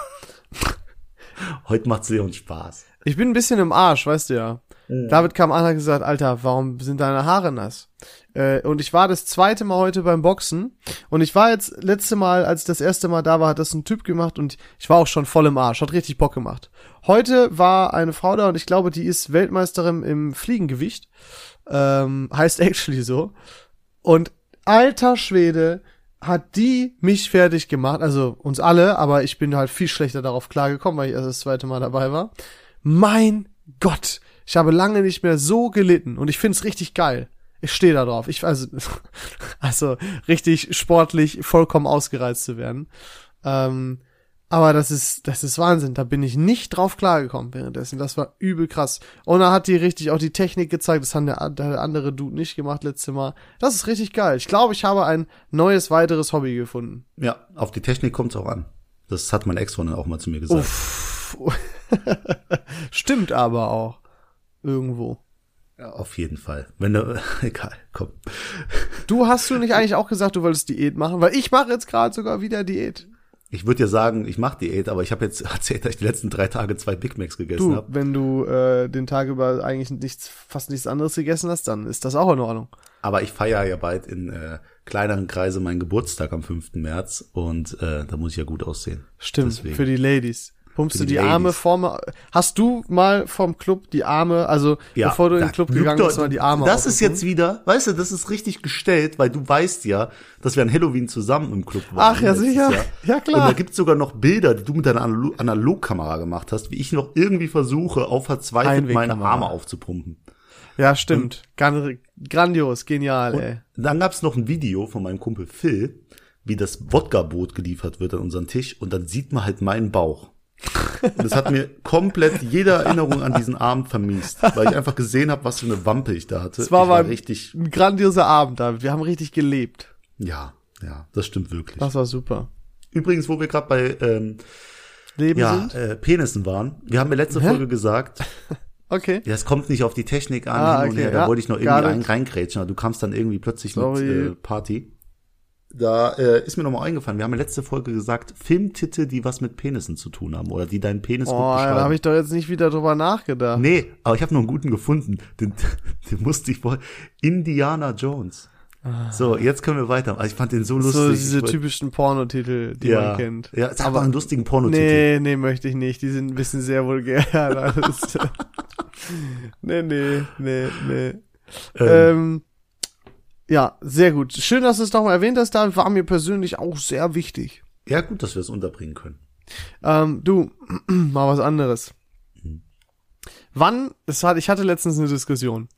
Heute macht's Leon Spaß.
Ich bin ein bisschen im Arsch, weißt du ja. David kam an und hat gesagt, Alter, warum sind deine Haare nass? Äh, und ich war das zweite Mal heute beim Boxen. Und ich war jetzt letzte Mal, als ich das erste Mal da war, hat das ein Typ gemacht und ich war auch schon voll im Arsch. Hat richtig Bock gemacht. Heute war eine Frau da und ich glaube, die ist Weltmeisterin im Fliegengewicht. Ähm, heißt actually so. Und alter Schwede hat die mich fertig gemacht, also uns alle, aber ich bin halt viel schlechter darauf klargekommen, weil ich erst das zweite Mal dabei war. Mein Gott, ich habe lange nicht mehr so gelitten und ich find's richtig geil. Ich stehe da drauf. Ich also, also richtig sportlich vollkommen ausgereizt zu werden. Ähm, aber das ist, das ist Wahnsinn. Da bin ich nicht drauf klargekommen währenddessen. Das war übel krass. Und da hat die richtig auch die Technik gezeigt. Das hat der, hat der andere Dude nicht gemacht letztes Mal. Das ist richtig geil. Ich glaube, ich habe ein neues, weiteres Hobby gefunden.
Ja, auf die Technik kommt's auch an. Das hat mein Ex-Freund auch mal zu mir gesagt.
Stimmt aber auch. Irgendwo.
Auf jeden Fall. Wenn du, egal, komm.
Du hast du nicht eigentlich auch gesagt, du wolltest Diät machen? Weil ich mache jetzt gerade sogar wieder Diät.
Ich würde ja sagen, ich mache Diät, aber ich habe jetzt erzählt, dass ich die letzten drei Tage zwei Big Macs gegessen
Du,
habe.
wenn du äh, den Tag über eigentlich nichts, fast nichts anderes gegessen hast, dann ist das auch in Ordnung.
Aber ich feiere ja bald in äh, kleineren Kreise meinen Geburtstag am 5. März und äh, da muss ich ja gut aussehen.
Stimmt,
Deswegen.
für die Ladies. Pumpst
Für
du
die
die Arme
Ladies.
vorne? Hast du mal vom Club die Arme, also bevor du in
da-
den Club
Luke,
gegangen
da-
bist, mal die Arme
Das ist
aufgehoben?
jetzt wieder, weißt du, das ist richtig gestellt, weil du weißt ja, dass wir an Halloween zusammen im Club waren.
Ach ja,
letztes
sicher. Ja, klar.
Und da gibt's sogar noch Bilder, die du mit deiner Analo- Analogkamera gemacht hast, wie ich noch irgendwie versuche, auf verzweifelt meine
Einwegkamera.
Arme aufzupumpen.
Ja, stimmt. Gan- Grandios, genial, ey.
Dann gab's noch ein Video von meinem Kumpel Phil, wie das Wodka-Boot geliefert wird an unseren Tisch und dann sieht man halt meinen Bauch. Und das hat mir komplett jede Erinnerung an diesen Abend vermiest, weil ich einfach gesehen habe, was für eine Wampe ich da hatte.
Es war
ich
mal
richtig.
ein grandioser Abend, David. Wir haben richtig gelebt.
Ja, ja, das stimmt wirklich.
Das war super.
Übrigens, wo wir gerade bei ähm,
Leben
ja,
sind?
äh, Penissen waren, wir haben in der letzten Folge gesagt,
Okay.
ja, es kommt nicht auf die Technik an,
Ah,
hin und
okay,
her, da
ja,
wollte ich noch
gar
irgendwie einen
nicht.
reingrätschen, aber du kamst dann irgendwie plötzlich
Sorry.
mit äh, Party. Da äh, ist mir nochmal eingefallen, wir haben in letzter Folge gesagt, Filmtitel, die was mit Penissen zu tun haben oder die deinen Penis
Oh,
gut beschreiben.
da habe ich doch jetzt nicht wieder drüber nachgedacht.
nee, aber ich habe noch einen guten gefunden. Den, den musste ich vorher. Indiana Jones. So, jetzt können wir weiter. Also ich fand den so lustig.
Ah. so
Ich
diese
wollte-
typischen Pornotitel, die
ja,
man kennt.
Ja, es hat aber einen lustigen Pornotitel.
Nee, nee, möchte ich nicht. Die sind ein bisschen sehr vulgär. Das- nee, nee, nee, nee. Ähm, ja, sehr gut. Schön, dass du es nochmal erwähnt hast, David. War mir persönlich auch sehr wichtig.
Ja, gut, dass wir es unterbringen können.
Ähm, du, mal was anderes. Wann, es hat, ich hatte letztens eine Diskussion.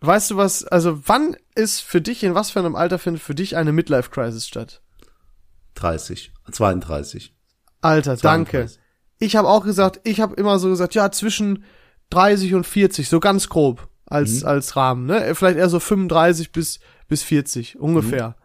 Weißt du was, also wann ist für dich, in was für einem Alter findet für dich eine Midlife-Crisis statt?
30, 32.
Alter, danke.
32.
Ich habe auch gesagt, ich habe immer so gesagt, ja, zwischen 30 und 40, so ganz grob als,
Mhm.
als Rahmen, ne? Vielleicht eher so 35 bis, bis 40,
Mhm.
ungefähr.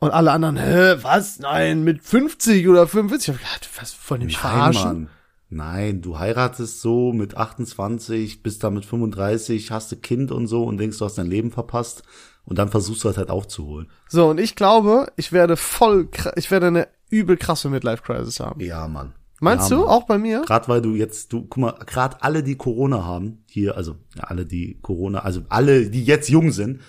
Und alle anderen, hä, was? Nein, mit 50 oder 45? Ich hab gedacht, was, von dem ich verarschen?
Mann. Nein, du heiratest so mit 28, bist dann mit 35, hast ein Kind und so und denkst, du hast dein Leben verpasst und dann versuchst du das halt aufzuholen.
So, und ich glaube, ich werde voll, kr- ich werde eine übel krasse Midlife-Crisis haben.
Ja, Mann.
Meinst
ja,
du?
Mann.
Auch bei mir?
Gerade weil du jetzt, du, guck mal, gerade alle, die Corona haben, hier, also ja, alle, die Corona, also alle, die jetzt jung sind,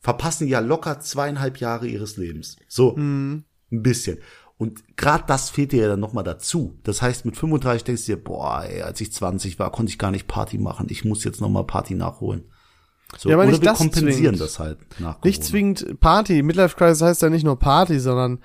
verpassen ja locker zweieinhalb Jahre ihres Lebens. So,
Mhm.
ein bisschen. Und gerade das fehlt dir ja dann nochmal dazu. Das heißt, mit 35 denkst du dir, boah, ey, als ich 20 war, konnte ich gar nicht Party machen. Ich muss jetzt nochmal Party nachholen. So,
Ja, aber
oder
nicht
wir
das
kompensieren
zwingend.
das halt nach Corona.
Nicht zwingend Party. Midlife Crisis heißt ja nicht nur Party, sondern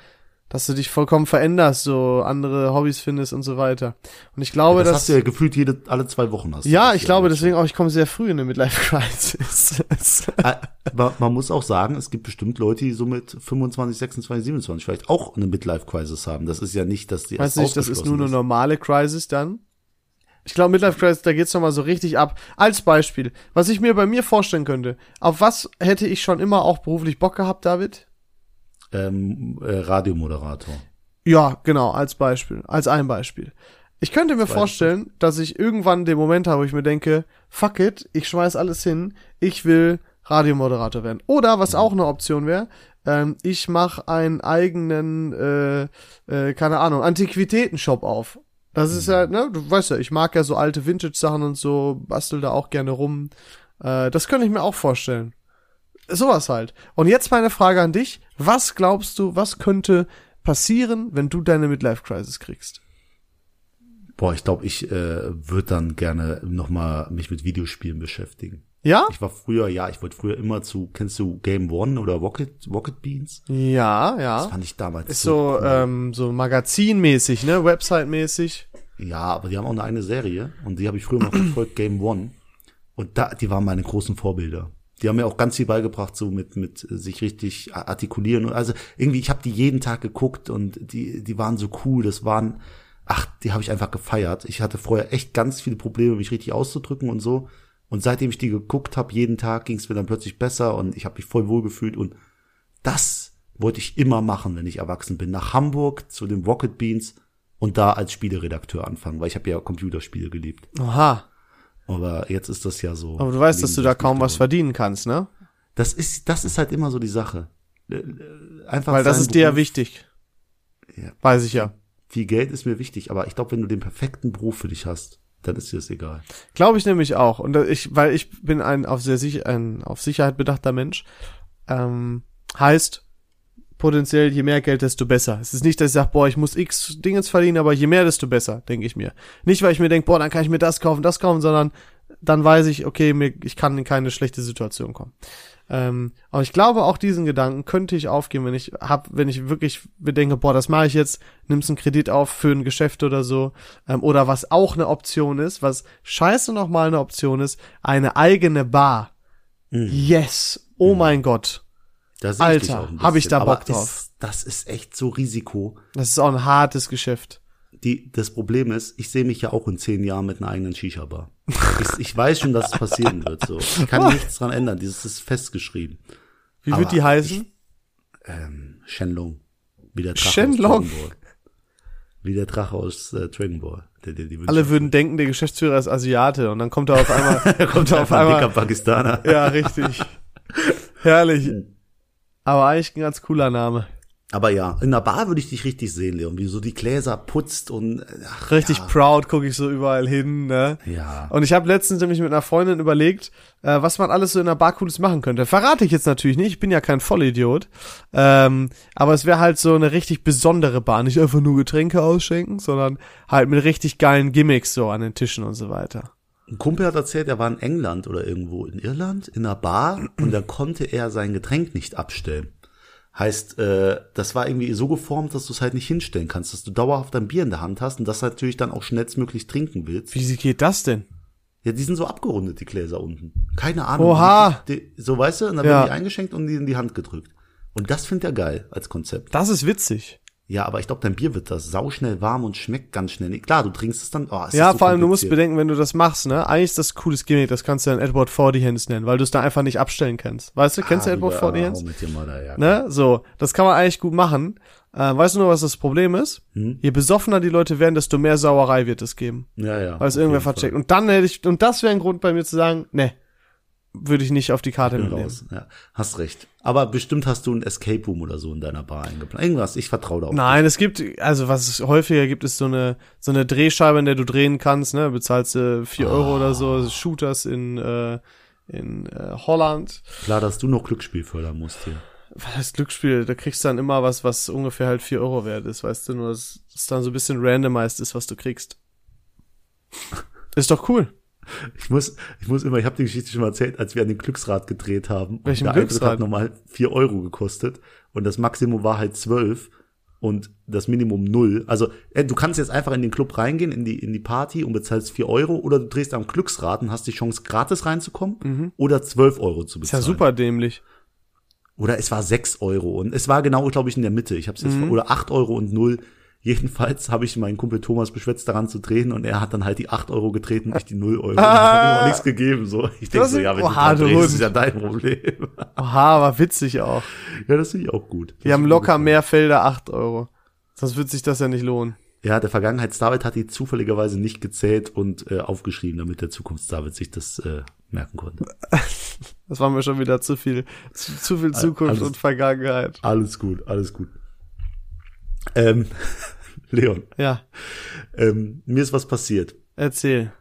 dass du dich vollkommen veränderst, so andere Hobbys findest und so weiter. Und ich glaube,
Das,
dass
hast du ja gefühlt jede, alle zwei Wochen hast. du
ja,
das
ich glaube
schon.
deswegen auch, ich komme sehr früh in eine Midlife Crisis.
Ah, Aber man muss auch sagen, es gibt bestimmt Leute, die so mit 25, 26, 27 vielleicht auch eine Midlife-Crisis haben. Das ist ja nicht, dass die
Weißt du
erst
nicht, das ist nur
ausgeschlossen
eine normale Crisis dann? Ich glaube, Midlife Crisis, da geht's nochmal so richtig ab. Als Beispiel, was ich mir bei mir vorstellen könnte, auf was hätte ich schon immer auch beruflich Bock gehabt, David?
ähm, äh, Radiomoderator.
Ja, genau, als Beispiel, als ein Beispiel. Ich könnte mir vorstellen, dass ich irgendwann den Moment habe, wo ich mir denke, fuck it, ich schmeiß alles hin, ich will Radiomoderator werden. Oder was auch eine Option wäre, ähm, ich mache einen eigenen, äh, äh, keine Ahnung, Antiquitäten-Shop auf. Das ist ja, ne, du weißt ja, ich mag ja so alte Vintage-Sachen und so, bastel da auch gerne rum. Äh, das könnte ich mir auch vorstellen. Sowas halt. Und jetzt meine Frage an dich. Was glaubst du, was könnte passieren, wenn du deine Midlife-Crisis kriegst?
Boah, ich glaube, ich äh, würde dann gerne nochmal mich mit Videospielen beschäftigen.
Ja?
Ich war früher, ja, ich wollte früher immer zu, kennst du Game One oder Rocket, Rocket Beans?
Ja,
Das
ja.
fand ich damals
Ist so, ähm, so magazinmäßig, ne? Website-mäßig.
Ja, aber die haben auch eine eigene Serie und die habe ich früher mal verfolgt, Game One. Und da, die waren meine großen Vorbilder. Die haben mir auch ganz viel beigebracht, so mit, mit äh, sich richtig a- artikulieren. Und also irgendwie, ich habe die jeden Tag geguckt und die, die waren so cool. Das waren, ach, die habe ich einfach gefeiert. Ich hatte vorher echt ganz viele Probleme, mich richtig auszudrücken und so. Und seitdem ich die geguckt habe, jeden Tag ging es mir dann plötzlich besser und ich habe mich voll wohl gefühlt und das wollte ich immer machen, wenn ich erwachsen bin. Nach Hamburg zu den Rocket Beans und da als Spieleredakteur anfangen, weil ich habe ja Computerspiele geliebt.
Oha.
Aber jetzt ist das ja so.
Aber du weißt, dass du da
nebenbei
kaum was
geworden.
verdienen kannst, ne?
Das ist, das ist halt immer so die Sache. Äh, äh, Einfach
Weil das
seinen
ist dir ja
Beruf-
wichtig.
Ja.
Weiß ich ja.
Viel Geld ist mir wichtig, aber ich glaube, wenn du den perfekten Beruf für dich hast, dann ist dir das egal.
Glaube ich nämlich auch. Und da- ich, weil ich bin ein auf sehr sich, ein auf Sicherheit bedachter Mensch. Ähm, heißt, potenziell, je mehr Geld, desto besser. Es ist nicht, dass ich sage, boah, ich muss X Dingens verdienen, aber je mehr, desto besser, denke ich mir. Nicht, weil ich mir denke, boah, dann kann ich mir das kaufen, das kaufen, sondern dann weiß ich, okay, mir, ich kann in keine schlechte Situation kommen. Ähm, aber ich glaube, auch diesen Gedanken könnte ich aufgeben, wenn ich hab, wenn ich wirklich bedenke, boah, das mache ich jetzt, nimmst einen Kredit auf für ein Geschäft oder so. Ähm, oder was auch eine Option ist, was scheiße nochmal eine Option ist, eine eigene Bar. Mhm. Yes. Oh mein Gott.
Da sehe ich dich
Alter,
auch ein
hab ich
bisschen,
da Bock
aber
drauf.
Ist, das ist echt so Risiko.
Das ist auch ein hartes Geschäft.
die, das Problem ist, ich sehe mich ja auch in zehn Jahren mit einer eigenen Shisha-Bar. Ich, ich weiß schon, dass es passieren wird. So. Ich kann nichts dran ändern. Dieses ist festgeschrieben.
Wie
Aber
wird die heißen?
Ähm, Shenlong. Wie der Drache
Shenlong.
aus Dragon Ball. Wie der Drache aus äh, Dragon Ball. Der, der, die Wünsche-
Alle würden denken, der Geschäftsführer ist Asiate und dann kommt er auf einmal, kommt er auf
Einfach ein
einmal,
dicker Pakistaner.
ja, richtig. Herrlich. Aber eigentlich ein ganz cooler Name.
Aber ja, in der Bar würde ich dich richtig sehen, Leon, wie du so die Gläser putzt und ach,
Richtig
ja,
proud gucke ich so überall hin, ne?
Ja.
Und ich habe letztens nämlich mit einer Freundin überlegt, äh, was man alles so in der Bar Cooles machen könnte. Verrate ich jetzt natürlich nicht, ich bin ja kein Vollidiot. Ähm, aber es wäre halt so eine richtig besondere Bar. Nicht einfach nur Getränke ausschenken, sondern halt mit richtig geilen Gimmicks so an den Tischen und so weiter.
Ein Kumpel hat erzählt, er war in England oder irgendwo in Irland in einer Bar und dann konnte er sein Getränk nicht abstellen. Heißt, äh, das war irgendwie so geformt, dass du es halt nicht hinstellen kannst, dass du dauerhaft ein Bier in der Hand hast und das natürlich dann auch schnellstmöglich trinken willst.
Wie geht das denn?
Ja, die sind so abgerundet, die Gläser unten. Keine Ahnung.
Oha.
Die, so weißt du, und dann
Ja.
werden die eingeschenkt und die in die Hand gedrückt. Und das findet er geil als Konzept.
Das ist witzig.
Ja, aber ich glaube, dein Bier wird das sauschnell warm und schmeckt ganz schnell. Klar, du trinkst es dann. Oh, es
Ja,
ist so
vor allem, du musst
kompliziert.
bedenken, wenn du das machst, ne? Eigentlich ist das ein cooles Gimmick, das kannst du dann Edward Forty Hands nennen, weil du es da einfach nicht abstellen kannst. Weißt du, kennst du
Ah,
Edward
lieber,
Forty
ah,
Hands?
hau Mit dir mal da, ja.
Ne? So, das kann man eigentlich gut machen. Äh, weißt du nur, was das Problem ist?
Hm?
Je besoffener die Leute werden, desto mehr Sauerei wird es geben,
ja, ja.
weil es
auf
irgendwer
jeden Fall.
vercheckt. Und dann hätte ich, und das wäre ein Grund bei mir zu sagen, ne, würde ich nicht auf die Karte
Bin
mitnehmen.
raus. Ja, hast recht. Aber bestimmt hast du ein Escape Room oder so in deiner Bar eingeplant. Irgendwas, ich vertraue da auch.
Nein, es gibt, also was es häufiger gibt, ist so eine, so eine Drehscheibe, in der du drehen kannst, ne? Bezahlst du vier
Ah.
Euro oder so, Shooters in, äh, in äh, Holland.
Klar, dass du noch Glücksspiel fördern musst hier.
Was heißt Glücksspiel? Da kriegst du dann immer was, was ungefähr halt vier Euro wert ist, weißt du? Nur, dass es dann so ein bisschen randomized ist, was du kriegst. Ist doch cool.
Ich muss, ich muss immer, ich habe die Geschichte schon mal erzählt, als wir an dem Glücksrad gedreht haben. Und
Welchem
der Eintritt
Glücksrad?
hat nochmal vier Euro gekostet und das Maximum war halt zwölf und das Minimum null. Also äh, du kannst jetzt einfach in den Club reingehen, in die, in die Party und bezahlst vier Euro oder du drehst am Glücksrad und hast die Chance, gratis reinzukommen oder zwölf Euro zu
Mhm. Ist ja
bezahlen.
super dämlich.
Oder es war 6 Euro und es war genau, glaube ich, in der Mitte. Ich habe es jetzt
Mhm.
oder 8 Euro und null. Jedenfalls habe ich meinen Kumpel Thomas beschwätzt, daran zu drehen und er hat dann halt die 8 Euro getreten, ich die 0 Euro. Ah, hat mir auch nichts gegeben. So. Ich denke
Das
so,
ist-
ja, wenn
Oha, du
du dran drehst,
Hund.
ist ja dein Problem.
Oha, war witzig auch.
ja, das finde ich auch gut.
Die haben locker mehr Felder, acht Euro. Sonst wird sich das ja nicht lohnen.
Ja, der Vergangenheits David hat die zufälligerweise nicht gezählt und äh, aufgeschrieben, damit der Zukunfts David sich das äh, merken konnte.
Das war mir schon wieder zu viel, zu, zu viel Zukunft
alles-
und Vergangenheit.
Alles gut, alles gut. Ähm, Leon,
Ja,
ähm, mir ist was passiert.
erzähl.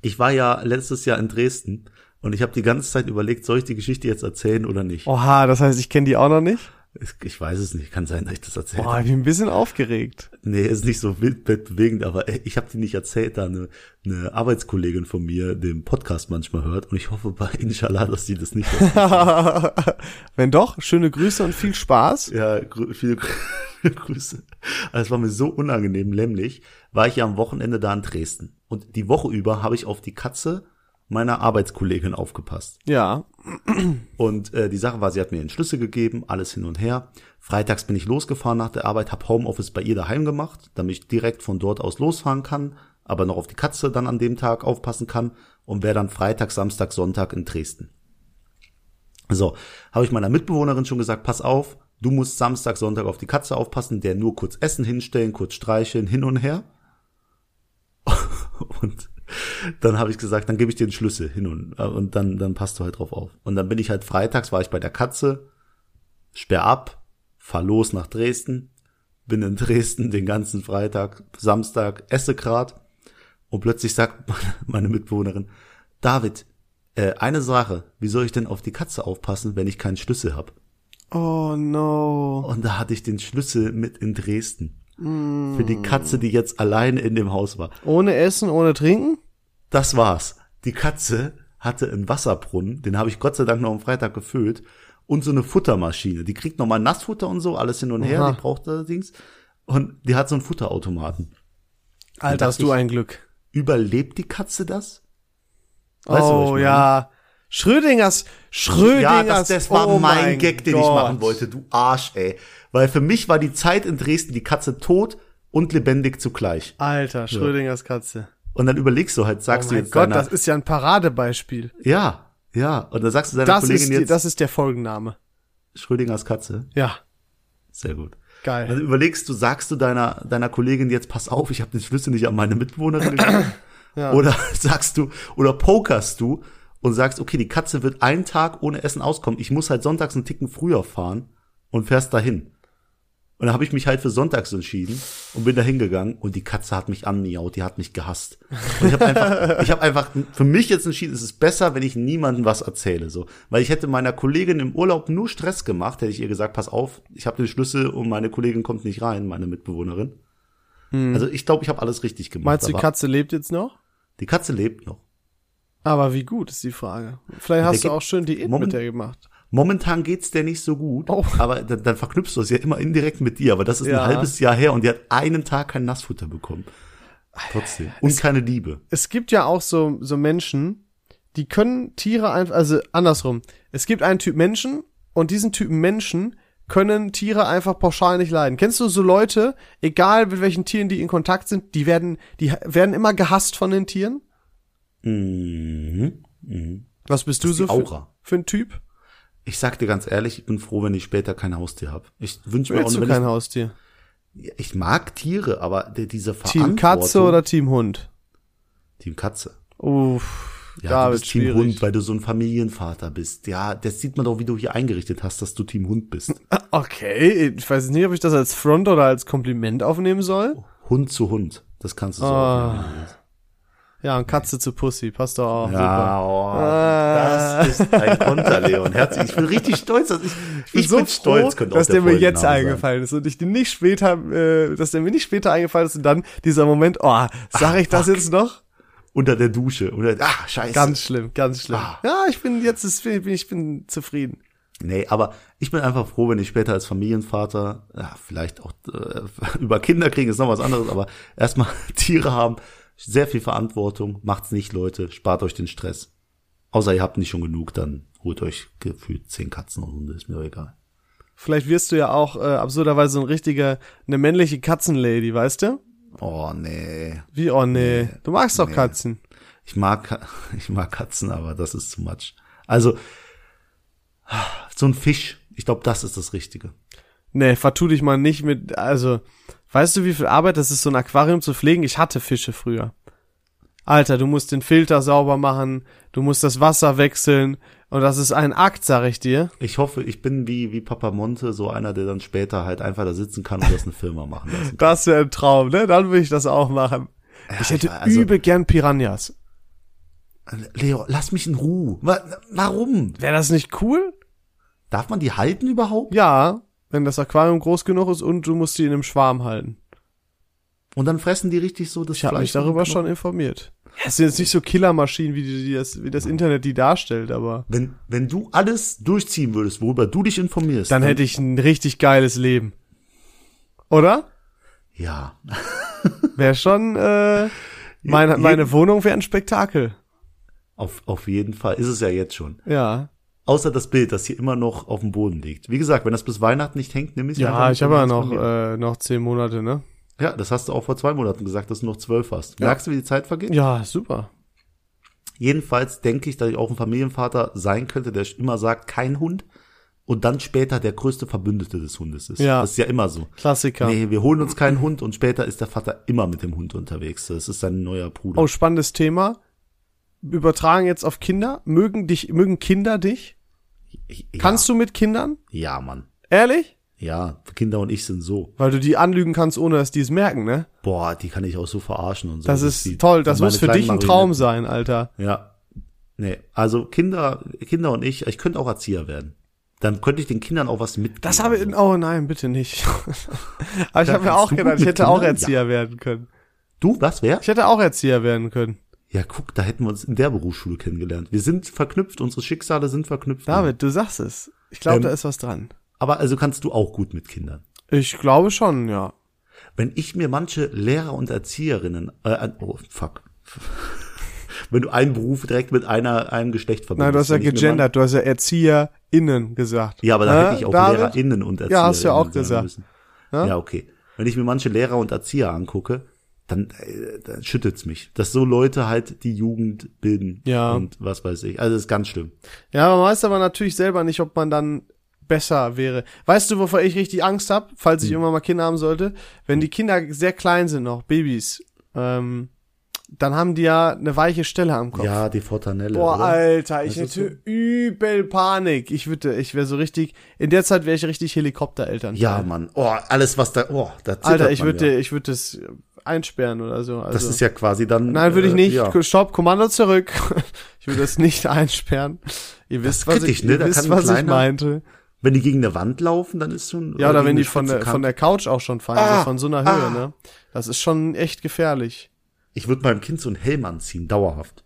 Ich war ja letztes Jahr in Dresden und ich habe die ganze Zeit überlegt, soll ich die Geschichte jetzt erzählen oder nicht?
Oha, das heißt, ich kenne die auch noch nicht?
Ich- Ich weiß es nicht, kann sein, dass ich das erzähle.
Boah, ich bin ein bisschen aufgeregt.
Nee, ist nicht so wild bewegend, aber ey, ich habe die nicht erzählt, da eine, eine Arbeitskollegin von mir den Podcast manchmal hört und ich hoffe bei Inshallah, dass sie das nicht hört.
Wenn doch, schöne Grüße und viel Spaß.
ja, grü viele Grü- Grüße. Also Es war mir so unangenehm, nämlich war ich ja am Wochenende da in Dresden und die Woche über habe ich auf die Katze meiner Arbeitskollegin aufgepasst.
Ja,
Und äh, die Sache war, sie hat mir den Schlüssel gegeben, alles hin und her. Freitags bin ich losgefahren nach der Arbeit, hab Homeoffice bei ihr daheim gemacht, damit ich direkt von dort aus losfahren kann, aber noch auf die Katze dann an dem Tag aufpassen kann und wäre dann Freitag, Samstag, Sonntag in Dresden. So, habe ich meiner Mitbewohnerin schon gesagt, pass auf, du musst Samstag, Sonntag auf die Katze aufpassen, der nur kurz Essen hinstellen, kurz streicheln, hin und her. Und dann habe ich gesagt, dann gebe ich dir den Schlüssel hin und, äh, und dann, dann passt du halt drauf auf. Und dann bin ich halt freitags, war ich bei der Katze, sperr ab, fahr los nach Dresden, bin in Dresden den ganzen Freitag, Samstag, esse grad und plötzlich sagt meine- meine Mitbewohnerin, David, äh, eine Sache, wie soll ich denn auf die Katze aufpassen, wenn ich keinen Schlüssel habe?
Oh no.
Und da hatte ich den Schlüssel mit in Dresden. Für die Katze, die jetzt alleine in dem Haus war.
Ohne Essen, ohne Trinken?
Das war's. Die Katze hatte einen Wasserbrunnen, den habe ich Gott sei Dank noch am Freitag gefüllt und so eine Futtermaschine. Die kriegt nochmal Nassfutter und so, alles hin und her,
Aha.
die braucht allerdings. Und die hat so einen Futterautomaten.
Alter, hast du ein Glück.
Überlebt die Katze das? Weißt du, was ich
Oh
meine?
ja. Schrödingers, Schrödingers.
Ja, das, das war
oh
mein Gag, den ich
Gott.
machen wollte, du Arsch, ey. Weil für mich war die Zeit in Dresden die Katze tot und lebendig zugleich.
Alter, Schrödingers Katze.
Und dann überlegst du halt, sagst
Oh Mein
du jetzt
Gott,
deiner,
das ist ja ein Paradebeispiel.
ja, ja, und dann sagst du deiner
Das ist,
Kollegin
die,
jetzt
das ist der Folgenname.
Schrödingers Katze.
Ja,
Sehr gut.
geil.
Dann Also überlegst du, sagst du deiner, deiner Kollegin jetzt, pass auf, ich habe den Schlüssel nicht an meine Mitbewohnerin gegeben. Oder sagst du, oder pokerst du und sagst, okay, die Katze wird einen Tag ohne Essen auskommen. Ich muss halt sonntags einen Ticken früher fahren und fährst dahin. Und dann habe ich mich halt für sonntags entschieden und bin da hingegangen und die Katze hat mich anmiaut, die hat mich gehasst. Und ich habe einfach, ich habe einfach für mich jetzt entschieden, es ist besser, wenn ich niemandem was erzähle, so, weil ich hätte meiner Kollegin im Urlaub nur Stress gemacht, hätte ich ihr gesagt, pass auf, ich habe den Schlüssel und meine Kollegin kommt nicht rein, meine Mitbewohnerin. Also ich glaube, ich habe alles richtig gemacht.
Hm. Meinst du, die
aber
Katze lebt jetzt noch?
die Katze lebt noch.
Aber wie gut ist die Frage. Vielleicht hast
Der
du
geht-
auch schön Diät mit
Moment.
der gemacht.
Momentan geht's der nicht so gut,
Oh.
aber dann, dann verknüpfst du es ja immer indirekt mit dir, aber das ist
Ja.
ein halbes Jahr her und die hat einen Tag kein Nassfutter bekommen. Trotzdem. Und keine Liebe.
Es gibt ja auch so, so Menschen, die können Tiere einfach, also andersrum. Es gibt einen Typ Menschen und diesen Typen Menschen können Tiere einfach pauschal nicht leiden. Kennst du so Leute, egal mit welchen Tieren die in Kontakt sind, die werden, die werden immer gehasst von den Tieren?
Mhm.
Was bist du
ist
so
die
für,
Aura.
für ein Typ?
Ich sag dir ganz ehrlich, ich bin froh, wenn ich später kein Haustier habe. Ich wünsche mir auch
Willst
nur,
du
wenn
kein Haustier?
ich, ich mag Tiere, aber der, diese
Team
Verantwortung.
Katze oder Team Hund?
Team Katze.
Uff,
Ja,
da
du
wird
bist Team
schwierig.
Hund, weil du so ein Familienvater bist. Ja, das sieht man doch, wie du hier eingerichtet hast, dass du Team Hund bist.
Okay, ich weiß nicht, ob ich das als Front oder als Kompliment aufnehmen soll.
Hund zu Hund. Das kannst
Ah.
du so. auch nennen.
Ja, und Katze zu Pussy, passt doch auch.
Ja, oh,
Ah.
das ist ein Konter, Leon. Herzlich, ich bin richtig stolz, dass ich, ich bin,
so
stolz, könnte auch
dass der, mir
Folgenname
jetzt eingefallen ist und ich den nicht später, äh, dass der mir nicht später eingefallen ist und dann dieser Moment, oh, sag ich das jetzt noch?
Sein. Unter der Dusche, unter, ah, scheiße.
Ganz schlimm, ganz schlimm.
Ah.
Ja, ich bin jetzt, ist- ich bin, ich bin zufrieden.
Nee, aber ich bin einfach froh, wenn ich später als Familienvater, ja, vielleicht auch äh, über Kinder kriegen, ist noch was anderes, aber erstmal Tiere haben, sehr viel Verantwortung, macht's nicht, Leute, spart euch den Stress. Außer ihr habt nicht schon genug, dann holt euch gefühlt zehn Katzen und Hunde, ist mir doch egal.
Vielleicht wirst du ja auch äh, absurderweise so ein richtiger, eine männliche Katzenlady, weißt du?
Oh, nee.
Wie, oh nee, du magst doch Katzen.
Ich mag, Ka- ich mag Katzen, aber das ist too much. Also, so ein Fisch, ich glaube, das ist das Richtige.
Nee, vertu dich mal nicht mit, also, weißt du, wie viel Arbeit das ist, so ein Aquarium zu pflegen? Ich hatte Fische früher. Alter, du musst den Filter sauber machen, du musst das Wasser wechseln, und das ist ein Akt, sag ich dir.
Ich hoffe, ich bin wie, wie Papa Monte, so einer, der dann später halt einfach da sitzen kann und das eine Firma machen lassen. kann.
Das wäre ein Traum, ne? Dann würde ich das auch machen. ich hätte
ich war- also-
übel gern Piranhas.
Leo, lass mich in Ruhe. Wa- Warum?
Wäre das nicht cool?
Darf man die halten überhaupt?
Ja, wenn das Aquarium groß genug ist und du musst die in einem Schwarm halten.
Und dann fressen die richtig so das
Ich habe mich darüber schon informiert. Das sind jetzt nicht so Killermaschinen, wie, die, die das, wie das Internet die darstellt, aber
Wenn, wenn du alles durchziehen würdest, worüber du dich informierst,
dann hätte ich ein richtig geiles Leben. Oder?
ja,
Wäre schon, äh, meine,
Jeden-
meine Wohnung wäre ein Spektakel.
auf, auf jeden Fall ist es ja jetzt schon.
Ja.
Außer das Bild, das hier immer noch auf dem Boden liegt. Wie gesagt, wenn das bis Weihnachten nicht hängt, nimm es
Ja,
einfach
ich habe ja
mit
noch,
von mir.
äh, noch zehn Monate, ne?
ja, das hast du auch vor zwei Monaten gesagt, dass du noch zwölf hast. Merkst du, wie die Zeit vergeht?
Ja, super.
Jedenfalls denke ich, dass ich auch ein Familienvater sein könnte, der immer sagt, kein Hund und dann später der größte Verbündete des Hundes ist.
Ja.
Das ist ja immer so.
Klassiker.
Nee, wir holen uns keinen Hund und später ist der Vater immer mit dem Hund unterwegs. Das ist sein neuer Bruder.
Oh, spannendes Thema. Übertragen jetzt auf Kinder. Mögen dich, mögen Kinder dich?
ja.
Kannst du mit Kindern?
Ja, Mann.
Ehrlich?
Ja, Kinder und ich sind so.
Weil du die anlügen kannst, ohne dass die es merken, ne?
Boah, die kann ich auch so verarschen und so.
Das
die-
ist toll. Das
meine
muss für
kleinen
dich ein
Marionetten.
Traum sein, Alter.
Ja. Nee, also Kinder, Kinder und ich, ich könnte auch Erzieher werden. Dann könnte ich den Kindern auch was mitgeben.
Das habe ich. Oh nein, bitte nicht. Aber ich
Da
habe mir
kannst
auch
du
gedacht, ich
mit
hätte auch
Kindern?
Erzieher werden können.
Du, was, wer?
Ich hätte auch Erzieher werden können.
Ja, guck, da hätten wir uns in der Berufsschule kennengelernt. Wir sind verknüpft, unsere Schicksale sind verknüpft.
David, du sagst es. Ich glaube,
Ähm.
da ist was dran.
Aber also kannst du auch gut mit Kindern.
Ich glaube schon, ja.
Wenn ich mir manche Lehrer und Erzieherinnen, äh, an- oh, fuck. Wenn du einen Beruf direkt mit einer, einem Geschlecht verbindest.
Nein, du hast ja
wenn ich mir man-
gegendert, du hast ja ErzieherInnen gesagt.
Ja, aber da
Hä,
hätte ich auch
David?
LehrerInnen und Erzieherinnen.
Ja, hast du ja auch
sagen
gesagt.
müssen. Ja, okay. Wenn ich mir manche Lehrer und Erzieher angucke, dann, äh, dann schüttelt's mich, dass so Leute halt die Jugend bilden.
Ja.
Und was weiß ich. Also, das ist ganz schlimm.
Ja, man weiß aber natürlich selber nicht, ob man dann besser wäre. Weißt du, wovor ich richtig Angst hab,
Hm.
falls ich irgendwann mal Kinder haben sollte? Wenn die Kinder sehr klein sind noch, Babys, ähm, Dann haben die ja eine weiche Stelle am Kopf.
Ja, die Fortanelle.
Boah,
oder?
Alter, ich
Was ist
hätte übel Panik. Ich würde, ich wäre so richtig, in der Zeit wäre ich richtig Helikoptereltern.
Ja, Mann. Oh, alles, was da. Oh, da zittert
Alter, ich
man
würde,
Ja.
ich würde das einsperren oder so. Also,
Das ist ja quasi dann.
Nein, würde ich
äh,
nicht.
Ja.
Stopp, Kommando zurück. Ich würde das nicht einsperren. Ihr wisst, was
kritisch,
ich,
ne?
ihr
Da
wisst,
kann ein
was ich
kleiner-
meinte.
Wenn die gegen eine Wand laufen, dann ist schon.
Ja, oder
gegen
wenn die
eine
von
spitze
der, von
Kante.
der Couch auch schon fallen,
Ah,
so von so einer
ah.
Höhe, ne? Das ist schon echt gefährlich.
Ich würde meinem Kind so einen Helm anziehen, dauerhaft.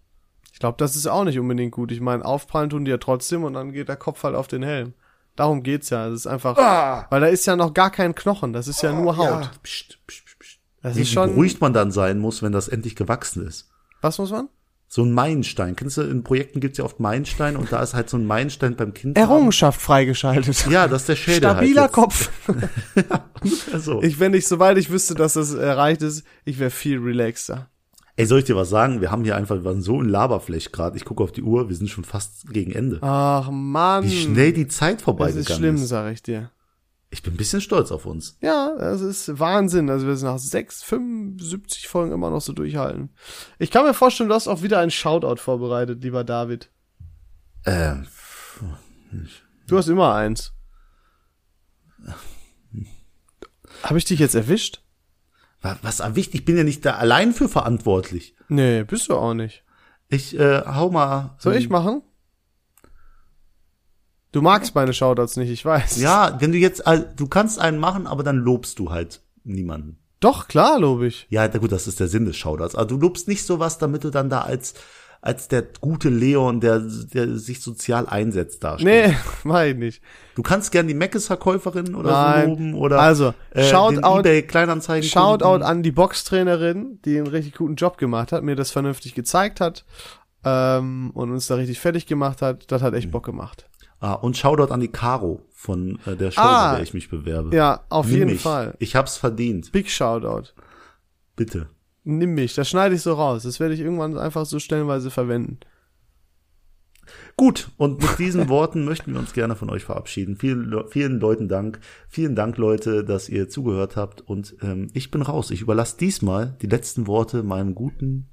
Ich glaube, das ist auch nicht unbedingt gut. Ich meine, aufprallen tun die ja trotzdem und dann geht der Kopf halt auf den Helm. Darum geht's ja. Es ist einfach, weil da ist ja noch gar kein Knochen. Das ist ja nur Haut.
Ah! Ja. Psst, psst, psst, psst.
Das
Wie
ist schon.
beruhigt man dann sein muss, wenn das endlich gewachsen ist.
Was muss man?
So ein Meilenstein. Kennst du, in Projekten gibt's ja oft Meilenstein und da ist halt so ein Meilenstein beim Kind.
Errungenschaft freigeschaltet.
Ja, das ist der Schädel
Stabiler
halt jetzt.
Kopf.
Also.
Ich, wenn ich, soweit ich wüsste, dass das erreicht ist, ich wäre viel relaxter.
Ey, soll ich dir was sagen? Wir haben hier einfach, wir waren so in Laberfläch gerade. Ich gucke auf die Uhr, wir sind schon fast gegen Ende.
Ach Mann.
Wie schnell die Zeit
Ah. das ist
vorbeigegangen
schlimm,
ist.
sag ich dir.
Ich bin ein bisschen stolz auf uns.
Ja, das ist Wahnsinn, also wir es nach sechs, 75 Folgen immer noch so durchhalten. Ich kann mir vorstellen, du hast auch wieder einen Shoutout vorbereitet, lieber David.
Ähm,
Du hast immer eins. Habe ich dich jetzt erwischt?
wa- was am wichtig, ich bin ja nicht da allein für verantwortlich.
Nee, bist du auch nicht.
Ich äh, hau mal.
Soll
ähm,
ich machen? Du magst meine Shoutouts nicht, ich weiß.
Ja, wenn du jetzt, äh, du kannst einen machen, aber dann lobst du halt niemanden.
Doch, klar, lob ich.
Ja, da- gut, das ist der Sinn des Shoutouts. Aber du lobst nicht sowas, damit du dann da als als der gute Leon, der, der sich sozial einsetzt, darstellt.
Nee, mach ich nicht.
Du kannst gern die Meckes-Verkäuferin oder
Nein.
so loben oder
Also,
äh,
Shoutout-
den eBay Kleinanzeigen.
Shoutout an die Boxtrainerin, die einen richtig guten Job gemacht hat, mir das vernünftig gezeigt hat ähm, und uns da richtig fertig gemacht hat. Das hat echt Bock gemacht.
Ah, und Shoutout an die Caro von äh, der Show,
Ah.
bei der ich mich bewerbe.
Ja, auf
Nimm
jeden
mich.
Fall.
Ich hab's verdient.
Big Shoutout.
Bitte.
Nimm mich, das schneide ich so raus. Das werde ich irgendwann einfach so stellenweise verwenden.
Gut, und mit diesen Worten möchten wir uns gerne von euch verabschieden. Vielen, Le- vielen Leuten Dank. Vielen Dank, Leute, dass ihr zugehört habt. Und ähm, ich bin raus. Ich überlasse diesmal die letzten Worte meinem guten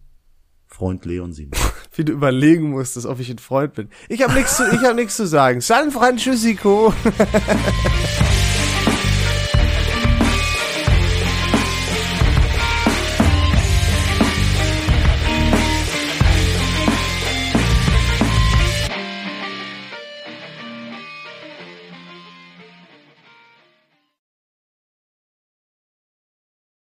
Freund Leon Simon.
Wie du überlegen musstest, ob ich ein Freund bin. Ich habe nichts zu, ich hab nichts zu sagen. San Francisco.